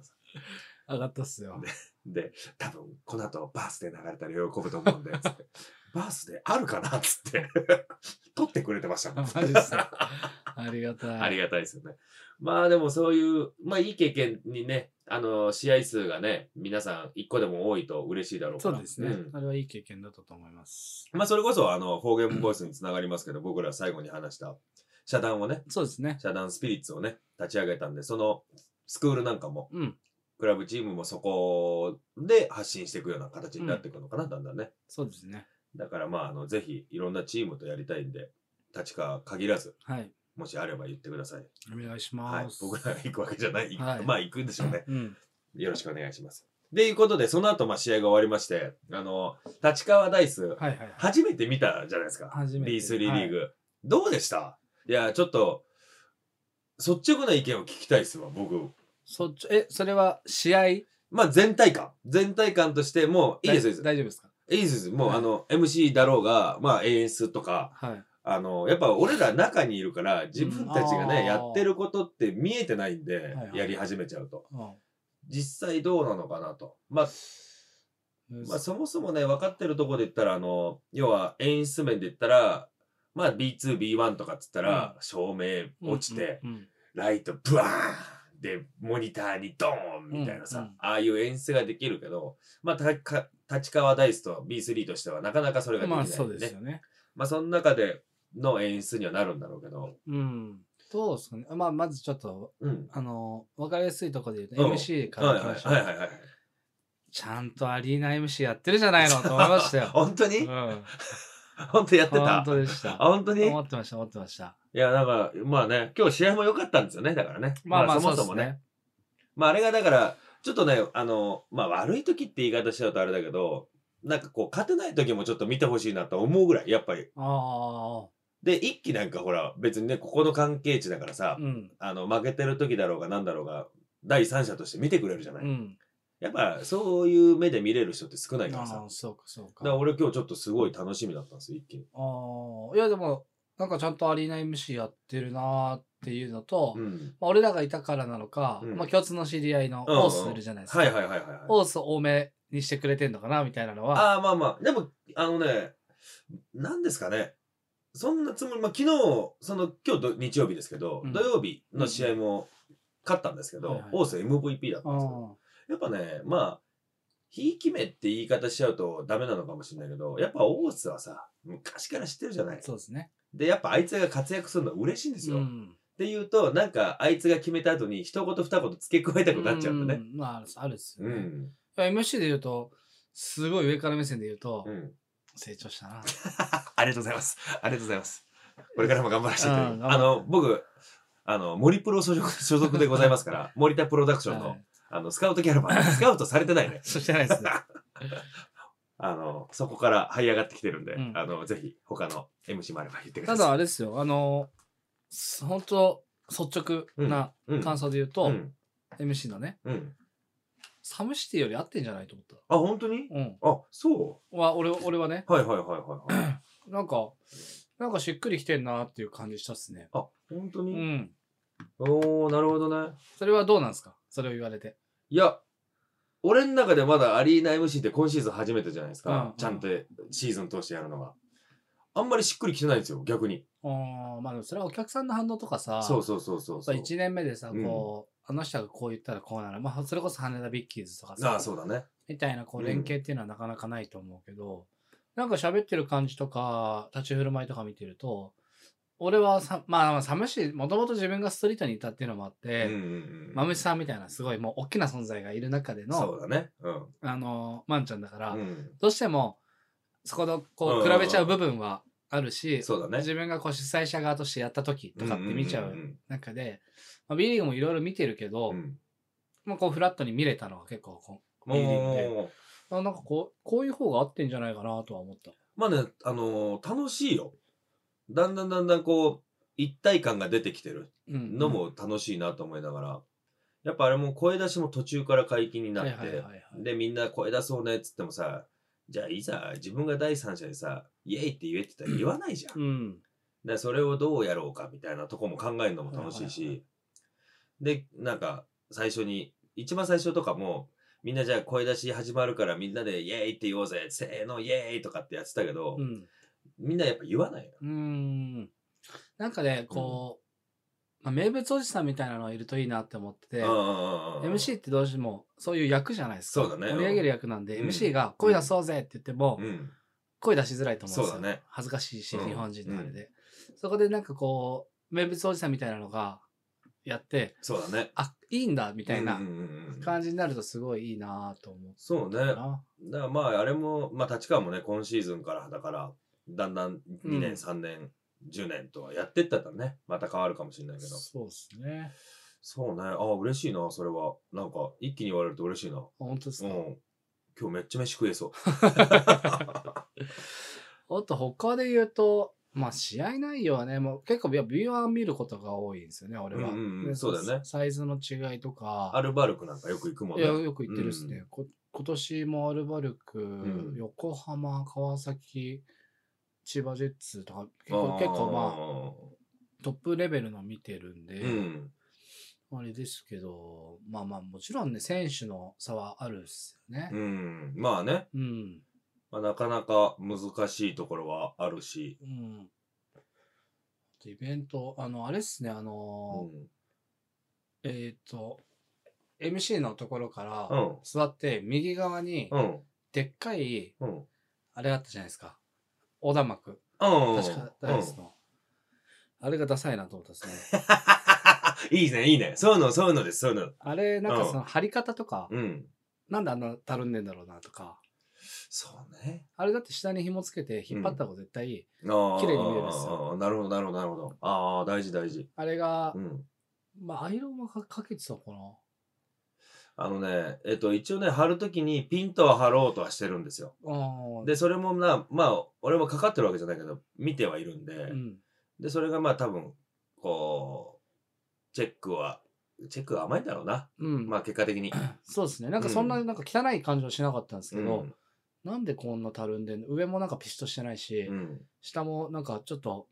上がったっすよ。で、多分、この後、バースで流れたら喜ぶと思うんで、 つって。バースであるかなつって。 撮ってくれてましたも マ ん。ジっすよ。ありがたい。ありがたいですよね。まあでもそういう、まあいい経験にね、あの、試合数がね、皆さん一個でも多いと嬉しいだろうかそら。うですね、んあれはいい経験だったと思います。まあそれこそ、あの、フォーゲームボイスにつながりますけど、僕ら最後に話した、遮断をね、そうですね。遮断スピリッツをね、立ち上げたんで、その、スクールなんかも、うん。クラブチームもそこで発信していくような形になっていくのかな、だんだんね。そうですね。だからまあ、あの、ぜひいろんなチームとやりたいんで、立川限らず、はい。もしあれば言ってください。お願いしはいま。す。僕らが行くわけじゃない。はいまあ、行くんでしょうね。うん。よろしくお願いします。で、いうことで、その後、まあ、試合が終わりまして、あの、立川ダイス、はいはいはい。初めて見たじゃないですか。初めて B3 リーグ。どうでしたいや、ちょっと、率直な意見を聞きたいですわ、僕。そっち、え、それは試合まあ、全体感。全体感として、もう、いいです、いいです。大大丈夫ですかいいです。もう、はいあの、MC だろうが、まあ、演出とか、はい。あの、やっぱ俺ら中にいるから、自分たちがね、うんやってることって見えてないんいでは、いやり始めちゃうと。う実際どうなのかなと。まあ、ん。まあ、そもそもね、分かってるとこで言ったら、あの、要は演出面で言ったら、まあ、B2、B1 とかっつったら、照明落ちて、うんうんライトブワーンでモニターにドーンみたいなさ、うんうんああいう演出ができるけど、まあ、たか立川ダイスと B3 としてはなかなかそれができまないあんでね、そうですよね。まあその中での演出にはなるんだろうけど、うん。どうですかね。まあまずちょっと、うん、あの、わかりやすいとこで言ううと、ん MC かはいらは行きいましょうはいはいはいちゃんとアリーナ MC やってるじゃないのと思いましたよ。 本当に、うん。本当やってた本当でしたあ。本当にい思ってました、思ってました。やなんかまあね今日試合も良かったんですよねだからねまあまあ、そそもうでそすもねね。まああれがだから、ちょっとね、あの、まあ悪い時って言い方しちゃうとあれだけど、なんかこう、勝てない時もちょっと見てほしいなと思うぐらい、やっぱり。あで、一気なんかほら、別にね、ここの関係値だからあ、さう、ん。あの、負けてる時だろうがなんだろうが、第三者として見てくれるじゃなうい。ん。やっぱ、そういう目で見れる人って少ないからさ。ああ、だそうか、そうか。から俺今日ちょっとすごい楽しみだったんですよ、一気に。ああ、いやでも、なんかちゃんとアリーナ MC やってるなーっていうのと、うん。まあ、俺らがいたからなのか、うんまあ共通の知り合いのうんうんオースいるじゃないですか。はいはいはいはいはい。オース多めにしてくれてんのかなみたいなのは、ああ、まあまあ。でも、あのね、何ですかね。そんなつもり、まあ昨日、その今日ど日曜日ですけど、うん土曜日の試合も勝ったんですけど、はいはいオース MVP だったんですけど、あやっぱね、まあ、ひいき目って言い方しちゃうとダメなのかもしれないけど、やっぱオースはさ、昔から知ってるじゃない。そうですね。で、やっぱあいつが活躍するのは嬉しいんですよ。うっん。ていうと、なんかあいつが決めた後に一言二言付け加えたくなっちゃうんだね。んまあ、あるあるっすうよね。ん。いや MC で言うと、すごい上から目線で言うと、うん。成長したな。 ありがとうございます。ありがとうございます。これからも頑張らせていただきうんます。あの、僕、あの、森プロ所属 所属でございますから、森田プロダクションの、はいあの、スカウトキャラバン、スカウトされてないね。そうしてないです ね。あの、そこから這い上がってきてるんで、うんあの、ぜひ、他の MC もあれば言ってくただださい。あれですよ、あの、す本当率直なうん感想で言うと、うん。 MC のね、うん。サムシティより合ってんじゃないと思っあ、本当にた。うん。あ、そは、俺、俺はね、う。はいはいはいはい はい。なんか、なんかしっくりきてんなっていう感じしたっすね。あ、本当うに、ん。おー、なるほどね。それはどうなんですかそれを言われて。いや、俺の中でまだアリーナ MC って今シーズン初めてじゃないですか。うんうんちゃんとシーズン通してやるのが。あんまりしっくりきてないんですよ、逆に。あーまあでもそれはお客さんの反応とかさ、そうそうそうそうそう。 1年目でさ、うんこう、あの人がこう言ったらこうなる。まあ、それこそ羽田ビッキーズとかあさ、あ、そうだね。みたいなこううん連携っていうのはなかなかないと思うけど、なんか喋ってる感じとか、立ち振る舞いとか見てると、俺はさ、まあまあ、寒し、もともと自分がストリートにいたっていうのもあっうんて、うんうん。まむしさんみたいなすごいもう大きな存在がいる中でその、うだね。うん。あの、まんちゃんだから、うん、どうしても、そこの、こうんう、比べちゃう部分はあるし、そうだね。自分がこう主催者側としてやった時とかって見ちゃんうん中で、まあ、B リーグもいろいろ見てるけど、うんうん。まあこうフラットに見れたのが結構こう、B リーグで。もう、あなんかこう、こういう方が合ってんじゃないかなとは思った。まあね、あのー楽しいよ。だんだんだんだんこう、一体感が出てきてるうんのも楽しいなと思いながら、やっぱあれも声出しも途中から解禁になって、はいはいはいはいで、みんな声出そうねっつってもさ、じゃあいざ自分が第三者でさ、イエイって言えって言ったら言わないじゃん。うん。で、それをどうやろうかみたいなとこも考えるのも楽しいし、はいはで、なんか最初に、一番最初とかも、みんなじゃあ声出し始まるからみんなでイエイって言おうぜ、せーのイエイとかってやってたけど、うん。みんなやっぱ言わないよ。うん。なんかね、こう、まあ、名物おじさんみたいなのがいるといいなって思ってて、うんうんうんうん MC ってどうしてもそういう役じゃないですか。そうだね盛り上げる役なんで、うん MC が声出そうぜって言っても、うん。声出しづらいと思うんですよ。そうだね恥ずかしいし、うん日本人のあれで。そこでなんかこう、名物おじさんみたいなのがやって、そうだね。あ、いいんだみたいなうんうんうんうん感じになるとすごいいいなと思うそうね。だかな。らまあ、あれも、まあ、立川もね、今シーズンからだから、だんだん2うん年、3年、10年とはやってったらね、また変わるかもしれないけど。そうですね。そうね。ああ、嬉しいな、それは。なんか、一気に言われると嬉しいな。あ本当ですうか。ん。今日めっちゃ飯食え そう。あと他で言うと、まあ試合内容はね、もう結構いや B1 見ることが多いんですよね、俺は。うんうんうんでそうだよねサイズの違いとか。アルバルクなんかよく行くもんいね。や、よく言ってるですね。うんこ今年もアルバルク、ん横浜、川崎、千葉ジェッツとか、結構結構まあ、トップレベルの見てるんで、あーうん。あれですけど、まあまあ、もちろんね、選手の差はあるっすよねう。ん。まあね、うん。まあ、なかなか難しいところはあるし。うん。あとイベント、あの、あれっすね、あうの、ん。えっ、と、MC のところからうん座って右側にうん。でっかいうん。あれがあったじゃないですか。横断幕。うん。確かダイスの。あれがダサいなと思ったです ね。いいですね、いいね。そういうの、そういうのです、そういうの。あれ、なんかうんその貼り方とか、うん。なんであんなたるんでんだろうなとか。そうね。あれだって下に紐つけて引っ張った方が絶対いい。ああ。綺麗に見えるっすよあーなるほど、なるほど、なるほど。ああ、大事、大事。あれがう、ん。まあ、アイロンもかかけてたのかな。あのね、えっと、一応ね、貼るときにピントは貼ろうとはしてるんですよ。ああ。で、それもな、まあ、俺もかかってるわけじゃないけど、見てはいるんで、うん。で、それがまあ、多分、こう、チェックは、チェックが甘いんだろうな。うん。まあ、結果的に。そうですね。なんかそんな、うなんか汚い感じはしなかったんですうけど、ん。なんでこんなたるんでんの上もなんかピシッとしてないし、うん。下もなんかちょっと、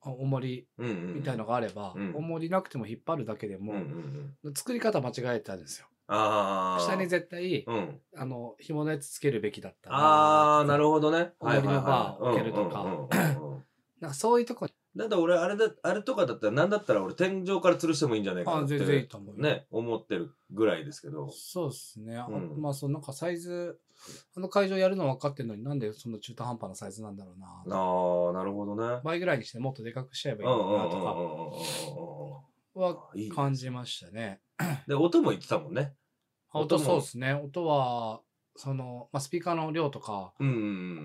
あ重りうんうん。みたいのがあれば、うん重りなくても引っ張るだけでうんもうんう、ん。作り方間違えたんですよ。ああ。下に絶対、うん。あの、紐のやつつけるべきだったああ、なるほほどね。重りのバーをはい置はけいるとかはいうんうんうんうんうんど。なんかそういうとこ、だって俺、あれだ、あれとかだったら、なんだったら俺、天井から吊るしてもいいんじゃないかあなって。全然いいと思うよね、思ってるぐらいですけど。そうですね。あうんまあ、そのなんかサイズ、あの会場やるの分かってるのになんでそんな中途半端なサイズなんだろうなあ。あ、なるほどね。倍ぐらいにしてもっとでかくしちゃえばういんいうのんうんうんうんうんかなとかうんはうん。いい。感じましたね。で、音も言ってたもんね。あ音音もそうですね。音は、その、まあ、スピーカーの量とか、うんう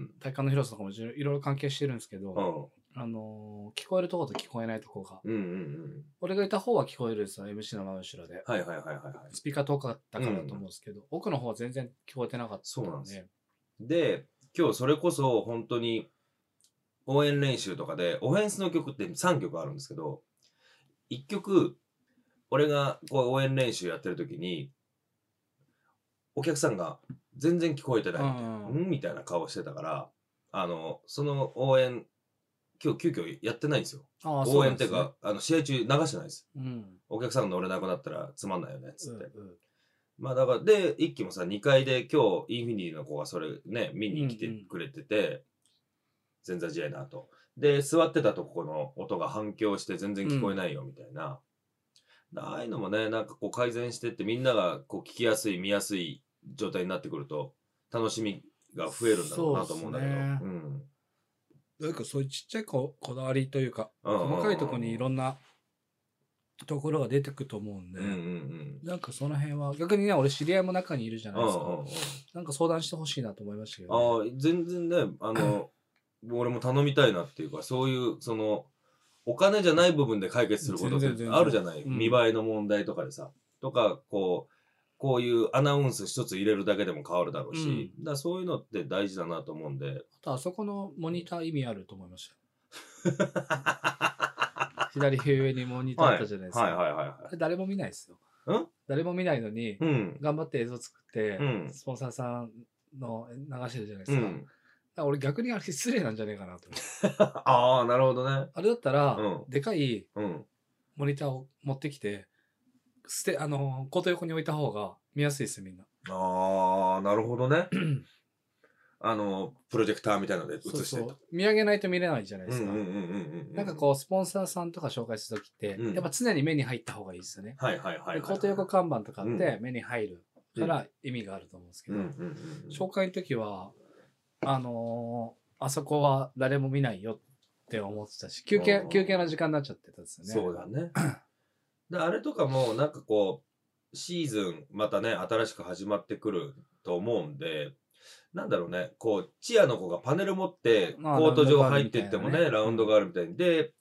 ん体感の広さとかもじゅいろいろ関係してるんですけど、うん。うんあのー聞こえるとこと聞こえないとこが。うんうんうん。俺がいた方は聞こえるんですよ、MC の真後ろで。はいはいはいはいはい。スピーカー遠かったからだと思うんですけど、奥の方は全然聞こえてなかったそうなんですで、今日それこそ本当に応援練習とかで、オフェンスの曲って3曲あるんですけど、1曲、俺がこう応援練習やってる時に、お客さんが全然聞こえてない、うんうんんみたいな顔してたから、あの、その応援、今日急遽やってないんですよ。ああ応援っていう、そうなんか、あの、試合中流してないです。ですねうん。お客さんが乗れなくなったらつまんないよね、つって。うんうんまあだから、で、一期もさ、2階で今日、インフィニティの子がそれね、見に来てうんうんくれてて、前座試合の後。で、座ってたとこの音が反響して全然聞こえないよ、みたいな。ああいうのもね、なんかこう改善してって、みんながこう聞きやすい、見やすい状態になってくると、楽しみが増えるんだろうなと思うんだけど。そううっすねん。なんかそういうちっちゃいここだわりというか、うんうんうん細かいとこにいろんなところが出てくと思うんで、うんうんうん。なんかその辺は、逆にね、俺知り合いも中にいるじゃうないんでうすか。んうん。なんか相談してほしいなと思いましたけど、ね。ああ、全然ね、あの、俺も頼みたいなっていうか、そういう、その、お金じゃない部分で解決すること全って然全然あるじゃない、うん見栄えの問題とかでさ。とか、こう、こういうアナウンス一つ入れるだけでも変わるだろうし、だからそういうのって大事だなと思うんで、あとあそこのモニター意味あると思いま したよ。左上にモニターあったじゃないですか。はいはいはいはあれ誰も見ないですよ。ん誰も見ないのにい。、うん。頑張って映像作って、うんスポンサーさんの流してるじゃないでうすか。だん。から俺逆にあれ失礼なんじゃねえかなと思って。ああ、なるほどね。あれだったら、うんでかいうん。モニターを持ってきて、捨て、あの、コート横に置いた方が見やすいですよ、みんな。ああ、なるほ どね。あの、プロジェクターみたいなので映してそうそとう。見上げないと見れないじゃないでうんすうんか。うんうんうん。なんかこう、スポンサーさんとか紹介するときって、うんやっぱ常に目に入った方がいいですよね。う。はいはいはいはい、でコート横看板とかっうて目に入るから意味があると思うんですけうんど、うんうんうん。紹介の時は、あのーあそこは誰も見ないよって思ってたし、休う憩ん、休憩の時間になっちゃってたんですよね。そうだね。 であれとかも、なんかこう、シーズン、またね、新しく始まってくると思うんで、なんだろうね、こう、チアの子がパネル持って、コまあート上入っていってもね、ララウウンンドドががあるみたいに。で、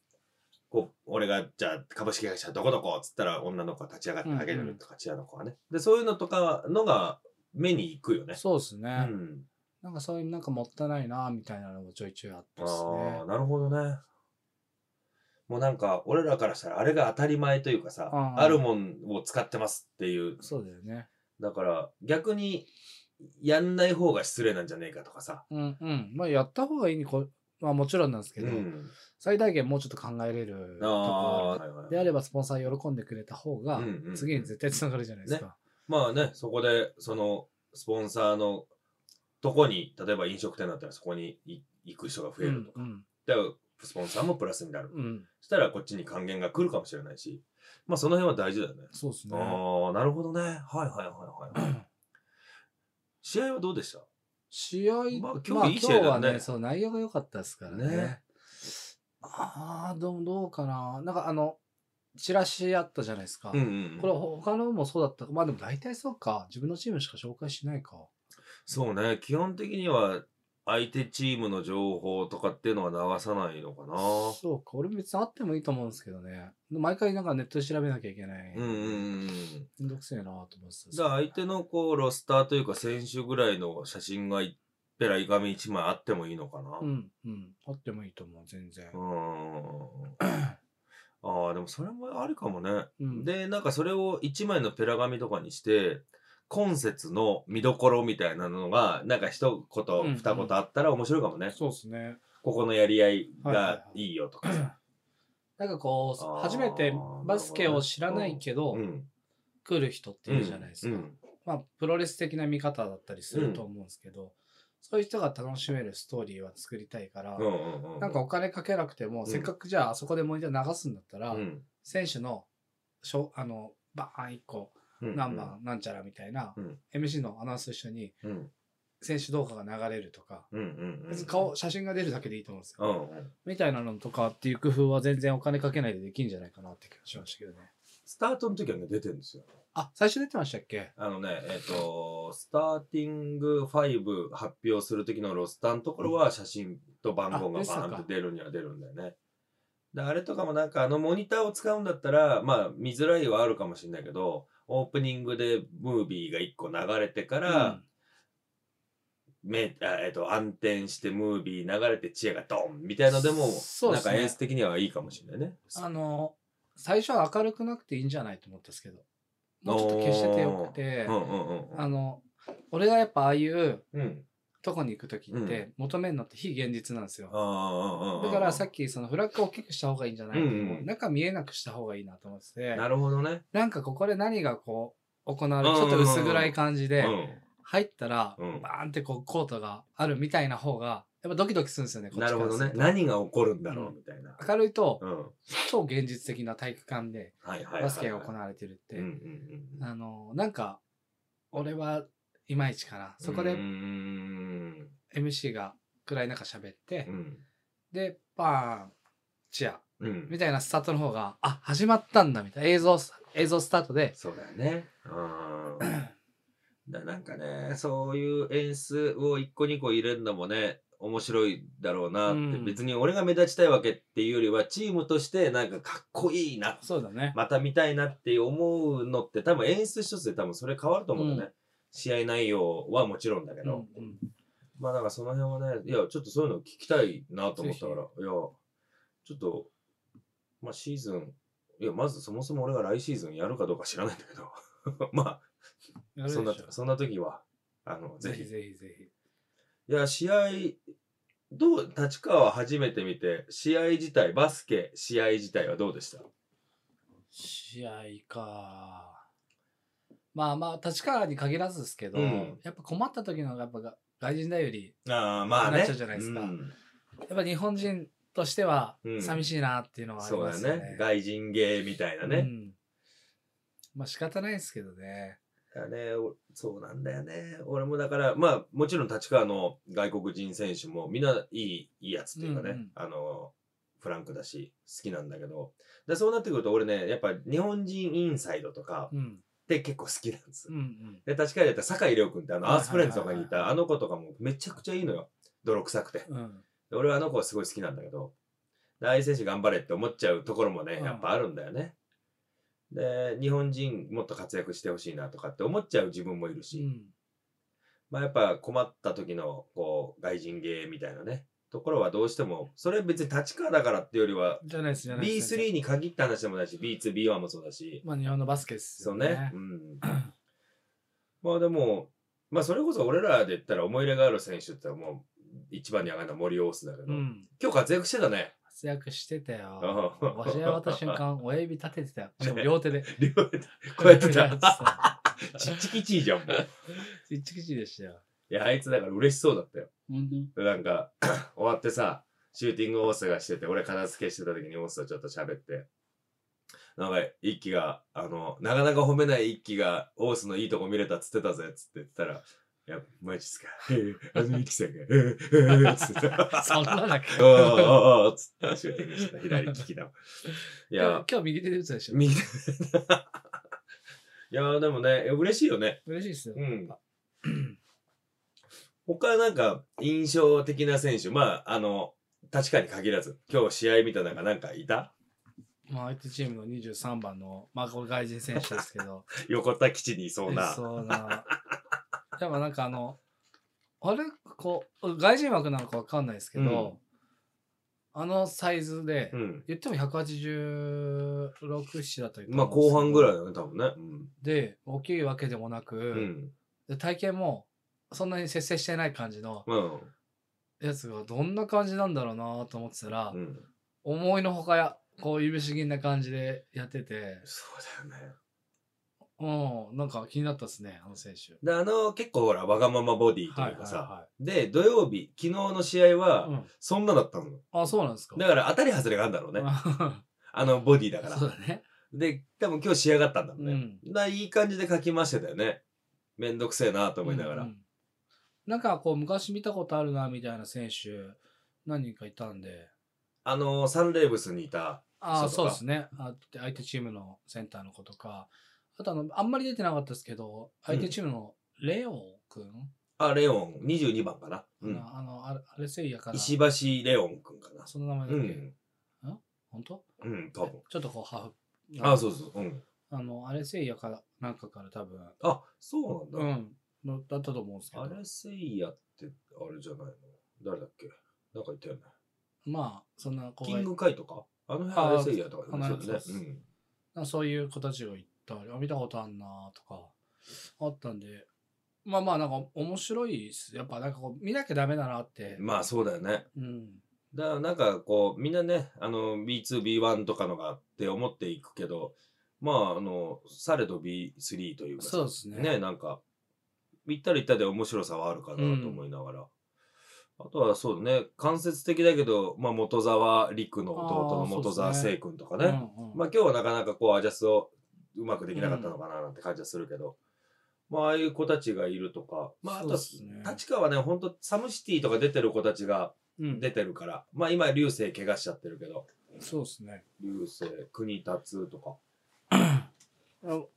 こう、俺が、じゃあ、株式会社どこどこっつったら、女の子が立ち上がってあげうんうるんとか、チアの子はね。で、そういうのとかのが、目に行くよね。そうですねう、ん。なんかそういうなんかもったいないなみたいなのもちょいちょいあったですあねあ、。なるほどね。もうなんか、俺らからしたらあれが当たり前というかさ、うんあるもんを使ってますっていう。そうだよね。だから、逆に、やんない方が失礼なんじゃねえかとかさ。うんうん。まあやった方がいいにこ、まあもちろんなんですけうど、ん。最大限もうちょっと考えれるとこああ、ろはいはいであればスポンサー喜んでくれた方が、うんうん次に絶対つながるじゃないですか。まあね、そこで、その、スポンサーのとこに、例えば飲食店だったらそこにい行く人が増えるとか。うんで、スポンサーもプラスになる。うん。そしたらこっちに還元が来るかもしれないし。まあその辺は大事だよね。そうですね。ああ、なるほどね。はいはいはいはい。試合はどうでした試合、ままああ、今今日いい試合だ日ねはね、そう、内容が良かったですからね。ねああ、どう、どうかな。なんかあの、チラシあったじゃないですか。うんうんこれ他のもそうだった。まあでも大体そうか。自分のチームしか紹介しないか。そうね。基本的には相手チームの情報とかっていうのは流さないのかな。そうか。俺別にあってもいいと思うんですけどね。毎回なんかネットで調べなきゃいけない。うんうんうんうん。めんどくせえなと思ってたんですけじどゃあ相手のこうロスターというか選手ぐらいの写真がいっぺらい紙一枚あってもいいのかな。うん、うん。あってもいいと思う、全然。うーんああ、でもそれもありかもね。うん、で、なんかそれを一枚のペラ紙とかにして、今節の見どころみたいなのが、なんか一うんう言、ん二言あったら面白いかもね。そうですね。ここのやり合いはいはいがはいいいよとかさ。なんかこう、あー初めてバスケを知らないけど、うん。来る人っているじゃないですか。うんまあ、プロレス的な見方だったりすると思うんですけど、そういう人が楽しめるストーリーは作りたいから、うんうんうん。なんかお金かけなくても、んせっかくじゃああそこでモニター流すんだったら、うん、選手のしょあのバーン1個うん何番なんちゃらみたいな、うん MC のアナウンスと一緒にうんうん選手動画が流れるとか、うんうんうん。別に顔写真が出るだけでいいと思うんですよ、うんうん。みたいなのとかっていう工夫は全然お金かけないでできるんじゃないかなって気がしましたけどねスタートの時はね、出てるんですよ。あ最初出てましたっけあのね、えっ、と、スターティング5発表する時のロスターのところは写真と番号がバーンって出るには出るんだよね。で、あれとかもなんかあのモニターを使うんだったら、まあ見づらいはあるかもしれないけど、オープニングでムービーが1個流れてから、めあえっ、と、暗転してムービー流れてチエがドンみたいのでも、そうなでんすねか演出的にはいいかもしれないね。うんあの最初は明るくなくていいんじゃないと思ったんですけどもうちょっと消しててよくて、うんうんうんうんあの俺がやっぱああいううん。とこに行く時って求めるのって非現実なんですよ、ああだからさっっきそのフラッグを大きくした方がいいんじゃないけど、うんうん中見えなくした方がいいなと思っててなるほどね。なんかここで何がこう行われるちょっと薄暗い感じうでん。入ったらうんバーンってこうコートがあるみたいな方がやっぱドキドキするんですよねこっちからすなるるとほどね。何が起こるんだろうみたいな。明るいとうん。超現実的な体育館ではいはいはいはい。バスケが行われてるって、うんうんうん。あのなんか俺はいまいちかなそこうでーん。 MC が暗い中喋って、うん。でバーンチアうんみ。たいなスタートの方があ始まったんだみたいな映像映像スタート でそうだよね。うん。だなんかね、そういう演出を一個二個入れるのもね、面白いだろうなって、うん別に俺が目立ちたいわけっていうよりは、チームとしてなんかかっこいいな、そうだねまた見たいなって思うのって、多分演出一つで多分それ変わると思うんだよね。試合内容はもちろんだけうんど。まあなんかその辺はね、いや、ちょっとそういうの聞きたいなと思ったから、いぜや、ちょっと、まあシーズン、いや、まずそもそも俺が来シーズンやるかどうか 知らないんだけど、まうんやるあ、でしそょんな、そんな時は、あの、ぜぜひ。ひぜひぜひいや、試合、どう、立川は初めて見て、試合自体、バスケ、試合自体はどうでした試合かまあまあ立川に限らずですけど、うんやっぱ困った時の方がやっぱが外人だよりああ、まあねななっっちちゃゃううじじゃゃなないいでですすか。かやっぱ日本人としてはうん寂しいなっていうのはありそうまだすよね,、ね。外人芸みたいなね。うんまあ仕方ないですけどねだね、おそうなんだよね。俺もだから、まあ、もちろん立川の外国人選手もみんないい、いいやつっていうかね、うんうんあの、フランクだし、好きなんだけど、でそうなってくると俺ね、やっぱ日本人インサイドとかうんって結構好きなんですうんうんで、立川だったら酒井亮君ってあの、はいアはいはいはいースフレンズとかにいたあの子とかもめちゃくちゃいいのよ。泥臭くて。うんで俺はあの子はすごい好きなんだけど、でああいう選手頑張れって思っちゃうところもね、うんやっぱあるんだよね。で、日本人もっと活躍してほしいなとかって思っちゃう自分もいるし、うんまあやっぱ困った時のこう外人芸みたいなね、ところはどうしても、それ別に立川だからっていうよりは、じゃないですじゃないです、 B3 に限った話でもないし、B2、B1 もそうだし、まあ日本のバスケですそようねね。 うん。まあでも、まあそれこそ俺らで言ったら思い入れがある選手って言ったらもう一番に上がるのは森オースだけど、うん今日活躍してた ね。活躍してたよああ。わしら渡った瞬間、親指立ててた よ。しかも両手で。両手でこうやってた。た。ちっちきちいじゃん、もう。ちっちきちでしたよ。いや、あいつだから嬉しそうだったよ。本当になんか、 終わってさ、シューティングオースがしてて、俺片付けしてた時にオースとちょっと喋って、なんか一輝が、あの、なかなか褒めない一輝が、オースのいいとこ見れたっつってたぜ、つって言ったら、いや、マジっすか。 ええあの一輝さんが、ええええ つってた。 そんなだっけおーおーおーつって、シューティングしてた。左利きだ。い今や日、今日右手で打つでしょ。右手いやーでもね、いや嬉しいよね。嬉しいですよう。ん。他なんか印象的な選手、まあ、あの、確かに限らず、今日試合見た中なんかいたまあ、相手チームの23番の、まあ、これ外人選手ですけど、横田基地にいそうな。そうな。やっぱなんかあの、あれこう、外人枠なんかわかんないですけど、あのサイズで、うん。言っても186、7だというまあ後半ぐらいい。だね、多分ね。うんで、大きいわけでもなく、うん。で体型もそんなに節制してない感じのうん。やつがどんな感じなんだろうなと思ってたら、うん。思いのほかやこういぶし銀な感じでやっててそうだよね。うんなんか気になったっすねあの選手で、あの、結構ほら、わがままボディとはいいうはかいさ、はで、土曜日、昨日の試合い、うは、ん、そんなだったのよ。あそうなんですか だから当たり外れがあるんだろうね。あのボディだから。そうだねで、多分今日仕上がったんだろうね。うんだからいい感じで書きましてたよね。めんどくせえなと思いながら。うんうんなんかこう昔見たことあるなみたいな選手何人かいたんであのーサンレーブスにいた。ああそそううかですねあ相手チームのセンターの子とかあとあのあんまり出てなかったですけど相手チームのレオン君、あ、レオン、22番かな。うあん。のあの、あれ、あれせいやから。石橋レオンくんかな。その名前だうっけ、ん。本当うん、多分。ちょっとこう、ハーフ。あ、そうそう。うん。あの、あれせいやから、なんかから多分、あ、そううなんだ。ん、のだったと思うんですけど。あれせいやって、あれじゃないの。誰だっけなんかいたよね。まあ、そんな子キがンいグカイとかあの辺ああれせいやとかあそうだそうそうね。なんかそういう子たちがいたり、あ、見たことあんなとか、あったんで、まあまあ、なんか面白いっす。やっぱなんかこう、見なきゃダメだなってうん。。まあそうだよね。うん。だからなんかこうみんなねあの B2B1 とかのがあって思っていくけどまああのされど B3 というかさそうですね。ねなんか行ったり行ったで面白さはあるかなうんと思いながら、あとはそうだね間接的だけど、まあ、元沢陸の弟のあー元沢そうですね聖君とかうねんうんまあ今日はなかなかこうアジャスをうまくできなかったのかななんて感じはするけど、まあああいう子たちがいるとかまああそとうはですね立川はねほんとサムシティとか出てる子たちがうん、出てるから、まあ今、流星怪我しちゃってるけど、そうですね。流星、国立とか。あ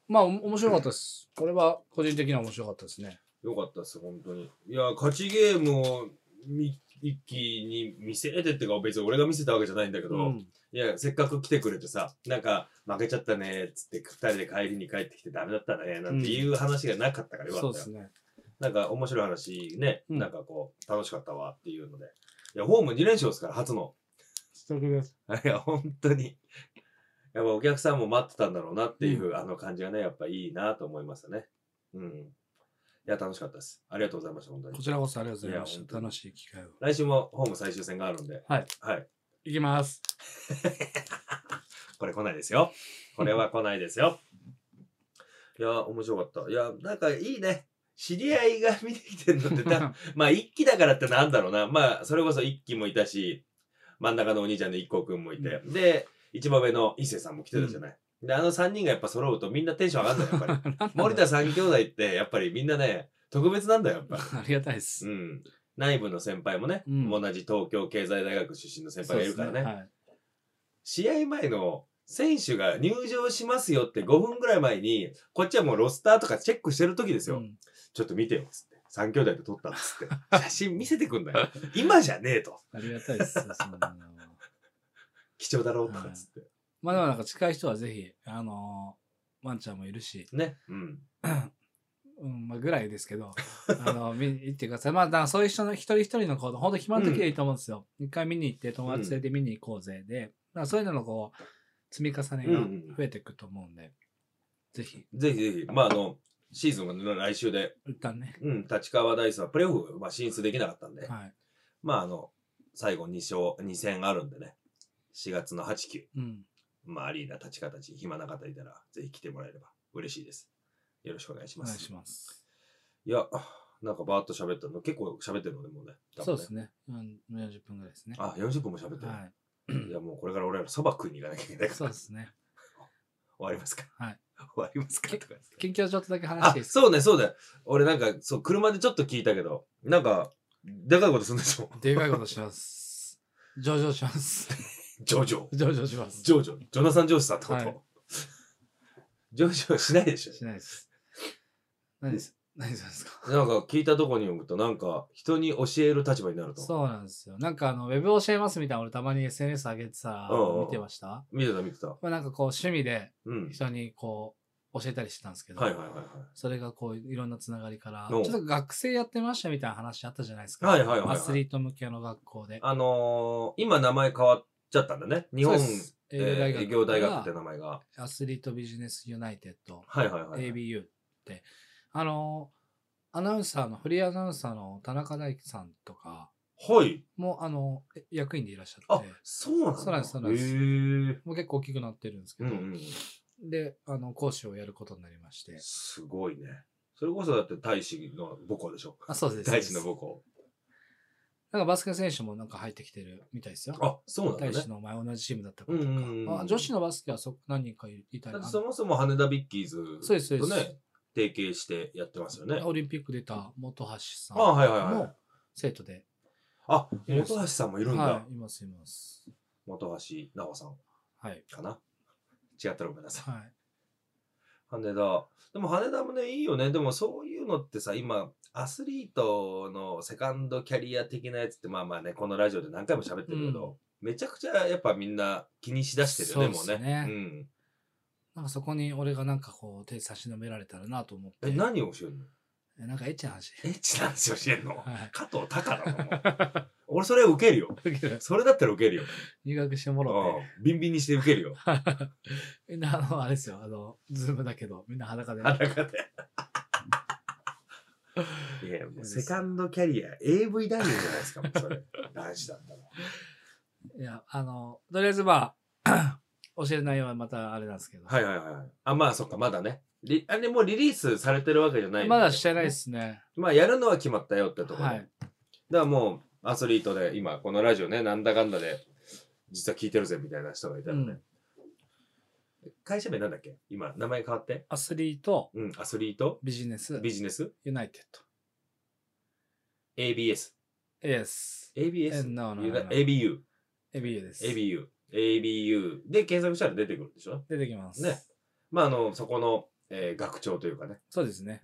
まあ、お面白かったです。これは個人的には面白かったですね。よかったっす、本当に。いや、勝ちゲームをみ一気に見せれてってか、別に俺が見せたわけじゃないんだけど、うん。いや、せっかく来てくれてさ、なんか、負けちゃったねっつって、二人で帰りに帰ってきてダメだったね、なんていう話がなかったからよかそっうたですよ。ね。なんか、面白い話ね、うんなんかこう、楽しかったわっていうので。いや、ホーム2連勝ですから、初の。素敵です。いや、本当に。やっぱお客さんも待ってたんだろうなっていう、あの感じがね、やっぱいいなと思いましたね。うん。いや、楽しかったです。ありがとうございました、本当にこ。ちらこそありがとうございまいや本し当た。に楽しい機会を。来週もホーム最終戦があるんで、はい。はい。いきます。これ来ないですよ。これは来ないですよ。いや、面白かった。いや、なんかいいね。知り合いが見に来てるの ってた、 まあ一期だからってなんだろうな。まあそれこそ一期もいたし、真ん中のお兄ちゃんの一光くんもいて、で、一番上の伊勢さんも来てたじゃない。で、あの三人がやっぱ揃うとみんなテンション上がるんだよ、 やっぱり。森田三兄弟ってやっぱりみんなね、特別なんだよ、やっぱり。ありがたいですう。ん。内部の先輩もね、うん同じ東京経済大学出身の先輩がいるからね。はい。試合前の選手が入場しますよって5分ぐらい前に、こっちはもうロスターとかチェックしてる時ですよ。うんちょっと見てよ、つって。三兄弟で撮ったっつ って。写真見せてくんだよ。今じゃねえと。ありがたいです。そんなの貴重だろうとかっつって。まあでもなんか近い人はぜひ、あのーワンちゃんもいるし、ね。うん。うん、まあぐらいですけ ど、あの、見に行ってください。まあ、だからそういう人の一人一人のこう、ほんと暇な時はいいと思うんですよ。一、回見に行って、友達連れて見に行こうぜ。で、まあそういうののこう、積み重ねうがんうん増えていくと思うんで、ぜひ、ぜひぜひ、まああの、シーズンが来週で、一旦ね、うん、立川ダイスはプレーオフ、まあ、進出できなかったんで、はまああの、最後2勝、2戦あるんでね。4月の8、9。い。うん。まあアリーナ立川たち、暇な方いたら、ぜひ来てもらえれば嬉しいです。よろしくお願いしおま願いす。します。いや、なんかバーッと喋ったの、結構喋ってるのね、もうね。多そ分うですね。うん、40分ぐらいですね。あ、40分も喋ってる。、はいや、もうこれから俺らそば食いに行かなきゃいけないい。かそうですね。終わりますか。はい。終わりますかけとかです近況ちょっとだけ話しあていい、ですかそうね、そうだよ。俺なんか、そう、車でちょっと聞いたけど、なんか、でかいことするんでし ょでかいことします。上場します。ジョジョ。 上場します。ジョジョ。ジョナサン・ジョージさんってこと、はいジョジョしないでしょしないです。何です何するんですかなんか聞いたとこによると、なんか、人に教える立場になると。そうなんですよ。なんかあの、ウェブ教えますみたいな俺たまに SNS 上げてたうんうんうらん見てました見てた、見てた。まあなんかこう趣味でうん。人にこう教えたりしてたんですけど、はいはいはいはい。それがこういろんなつながりから、ちおょうっと学生やってましたみたいな話あったじゃないですか。はいはいはいはいアスリート向けの学校で。あのー、今名前変わっちゃったんだね。日本そうですえ営業大学ー営業大学ってが名前が。アスリートビジネスユナイテッド、はいはいはい。 ABU って、あの、アナウンサーの、フリーアナウンサーの田中大樹さんとかはい。も、あの、え役員でいらっしゃっあて、、そうなんだ。そうなんですそうなんですへーもう結構大きくなってるんですけうんど、うん。で、あの、講師をやることになりまして、すごいね。それこそだって大使の母校でしょ。あ、そうです。大使のそうで母校。すなんかバスケ選手もなんか入ってきてるみたいですよ。あ、そうなん大だ使ね。の前同じチームだったことか、うんうんうんあ女子のバスケはそ何人かいたりだってあそもそも羽田ビッキーズそうですそとうですね、提携してやってますよねの。オリンピック出た本橋さんあ、はいはいはもい。生徒で、あ、本橋さんもいるんだは。い、いますいます。本橋奈穂さんはい。かな。違ったらごめんなさい。はい、羽田。でも羽田もね、いいよね。でもそういうのってさ、今、アスリートのセカンドキャリア的なやつって、まあまあね、このラジオで何回も喋ってるけど、めちゃくちゃやっぱみんな気にしだしてるよね、そうもっすうねね。うん。なんかそこに俺がなんかこう手差し伸べられたらなと思って。え、何を教えるのえなんかエッチな話。エッチな話教えるのはい加藤隆だと思う。 俺それ受けるよ。それだったら受けるよ。入学してもろって。うんビンビンにして受けるよ。 みんなあの、あれですよ、あの、ズームだけど、みんな裸で、 裸で。いや、もうセカンドキャリア、AV 男優じゃないですか、もうそれ。男子だったら。いや、あの、とりあえずまあ、 教える内容はまたあれなんですけど。はいはいはい。あ、まあそっか、まだね。リあれもうリリースされてるわけじゃない、まだしてないで。すね。まあやるのは決まったよってところで。はだいか。らもうアスリートで、今このラジオね、なんだかんだで、実は聞いてるぜみたいな人がいたらね。会社名なんだっけ今、名前変わって。アスリート、うん、アスリート、ビジネス、ビジネス、ユナイテッド。 ABS。 Yes. ABS? No, no, no, ゆら no. ABU。 ABU です。 ABU。ABU。で、検索したら出てくるでしょ出てきます。ね。まあ、あの、そこの、えー学長というかね、そうですね。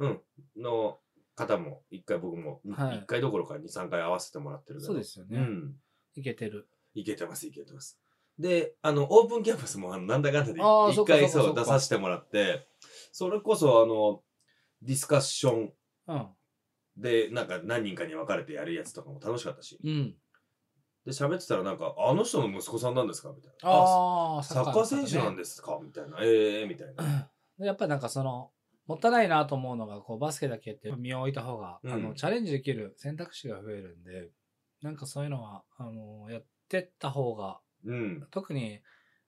の方も、一回僕も、一、はい回どころか二、三回会わせてもらってるけど。そうですよね。うん。いけてる。いけてます、いけてます。で、あの、オープンキャンパスも、あの、なんだかんだで、あーそっ一か回そっかそ、そうっか出させてもらって、それこそ、あの、ディスカッションうん。で、なんか何人かに分かれてやるやつとかも楽しかったし、うん。で、喋ってたらなんか、あの人の息子さんなんですかみたいな。ああ、サッカー選手なんで。ですかみたいな。ええみたいな。でやっぱりなんかその、もったいないなと思うのが、こう、バスケだけって身を置いた方が、うんあの、チャレンジできる選択肢が増えるんで、なんかそういうのは、あの、やってった方が、うん。特に、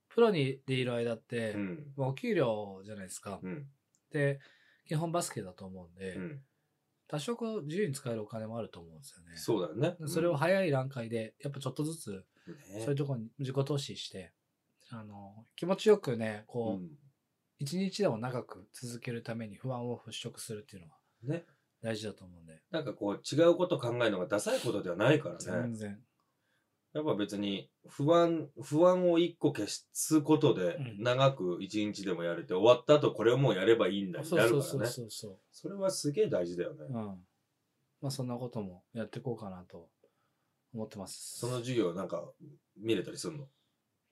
プロにでいる間って、うん。まあお給料じゃないですか。うん。で、基本バスケだと思うんで、うん。多少こう、自由に使えるお金もあると思うんですよね。そうだよね。それをうん早い段階で、やっぱちょっとずつ、ねそういうところに自己投資して、あの、気持ちよくね、こう、一日でも長く続けるために不安を払拭するっていうのはうんね。大事だと思うんで、なんかこう、違うこと考えるのがダサいことではないから全ね。然。やっぱ別に、不安、不安を一個消すことでう、ん長く一日でもやれて、終わった後これをもうやればいいんだにそうなそるうかそらうね。そうそそれはすげえ大事だよねう。。うん。まあそんなこともやっていこうかなと思ってます。その授業なんか、見れたりするの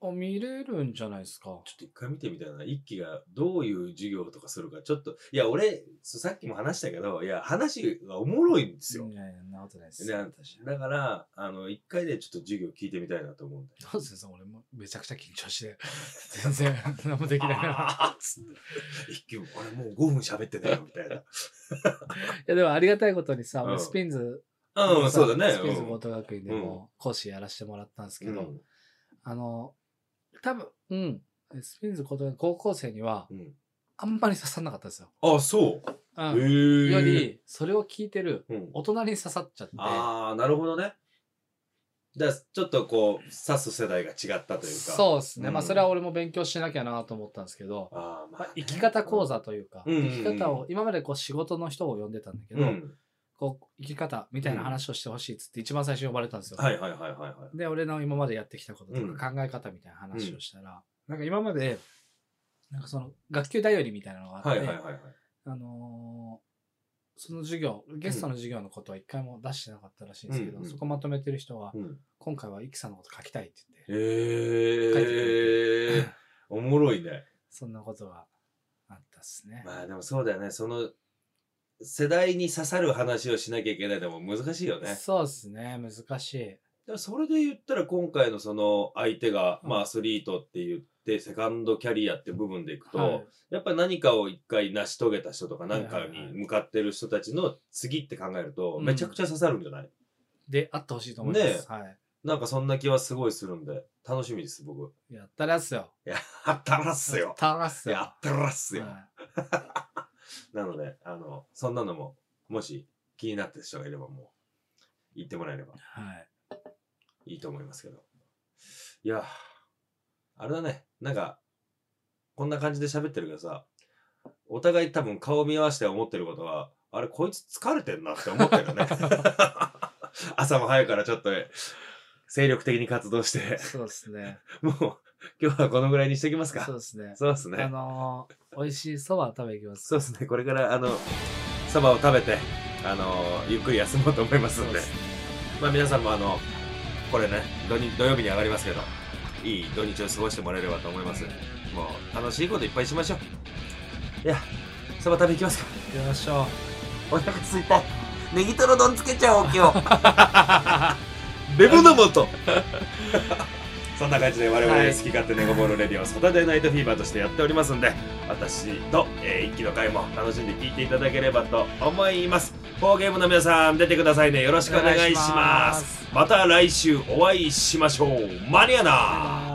あ見れるんじゃないですか。ちょっと一回見てみたいな。一期がどういう授業とかするか。ちょっと、いや、俺、そうさっきも話したけど、いや、話がおもろいんですよ。いやいや、そんなことないです。ね私だから、あの、一回でちょっと授業聞いてみたいなと思うんだよ。どうするんですか俺もめちゃくちゃ緊張して、全然 何もでき ないから。あーっつって 一気に、俺もう5分喋ってたよ、み たいな。いやでもありがたいことにさ、う俺んスピンズ、うん、そうだね。スピンズうん高等学院でうも講師やらせてもらったんですけど、うんあの、多分、うん、スピンズ高等高校生には、うんあんまり刺さんなかったですよ。あ、そう。うへんーより、それを聞いてるうん大人に刺さっちゃって、ああ、なるほどね。だからちょっとこう、指す世代が違ったというか。う。そうですね。まあ、んそれは俺も勉強しなきゃなと思ったんですけど、あーままああ、生き方講座というか、うん生き方を、今までこう仕事の人を呼んでたんだけうど、ん。こう、生き方みたいな話をしてほしいっつって一番最初に呼ばれたんですよ。はいはいはいはいはい。で、俺の今までやってきたこととうんか考え方みたいな話をしたら、なんか今まで、なんかその、学級頼りみたいなのがあって、はいはいはいはい。あのーその授業、ゲストの授業のことは一回も出してなかったらしいんですけど、うんうんそこまとめてる人は、うん、今回はイキさんのこと書きたいって言って、えー、おもろいね。そんなことがあったっすね。まあでもそうだよね。その、世代に刺さる話をしなきゃいけないでも難しいよね。そうですね、難しい。でもそれで言ったら今回のその相手が、うんまあアスリートって言って、セカンドキャリアって部分でいくと、はいやっぱ何かを一回成し遂げた人とかはい何はいはかいに向かってる人たちの次って考えると、うんめちゃくちゃ刺さるんじゃない、で、あってほしいと思います。はい。なんかそんな気はすごいするんで、楽しみです、僕。やったらっすよ。いや、あったらっすやよっ。たらっすよ。やったらっすよ。はなので、あの、そんなのも、もし気になってる人がいればもう、言ってもらえればい。はいいいと思いますけど。いや、あれだね、なんか、こんな感じで喋ってるけどさ、お互い多分顔見合わせて思ってることは、あれ、こいつ疲れてんなって思ってるよね。朝も早くからちょっと、精力的に活動して、そうですね。もう、今日はこのぐらいにしておきますか。そそううですね。ですあね。のー、美味しいそば食べ行きます。そうですね。これから、あの、そばを食べて、あの、ゆっくり休もうと思いますんで。そうっすねまあ皆さんもあの、これね、土日土曜日に上がりますけど、いい土日を過ごしてもらえればと思います。もう楽しいこといっぱいしましょう。いや、そば食べ行きますか。行きましょう。お腹すいた。ネギトロ丼つけちゃおう、今 日。レモナモと。 そんな感じで我々はい好き勝手ネゴボールレディオサタデーナイトフィーバーとしてやっておりますんで、私と、えー一期の会も楽しんで聞いていただければと思います。フォーゲームの皆さん出てくださいね。よろしくお願いします。また来週お会いしましょう。マニアな。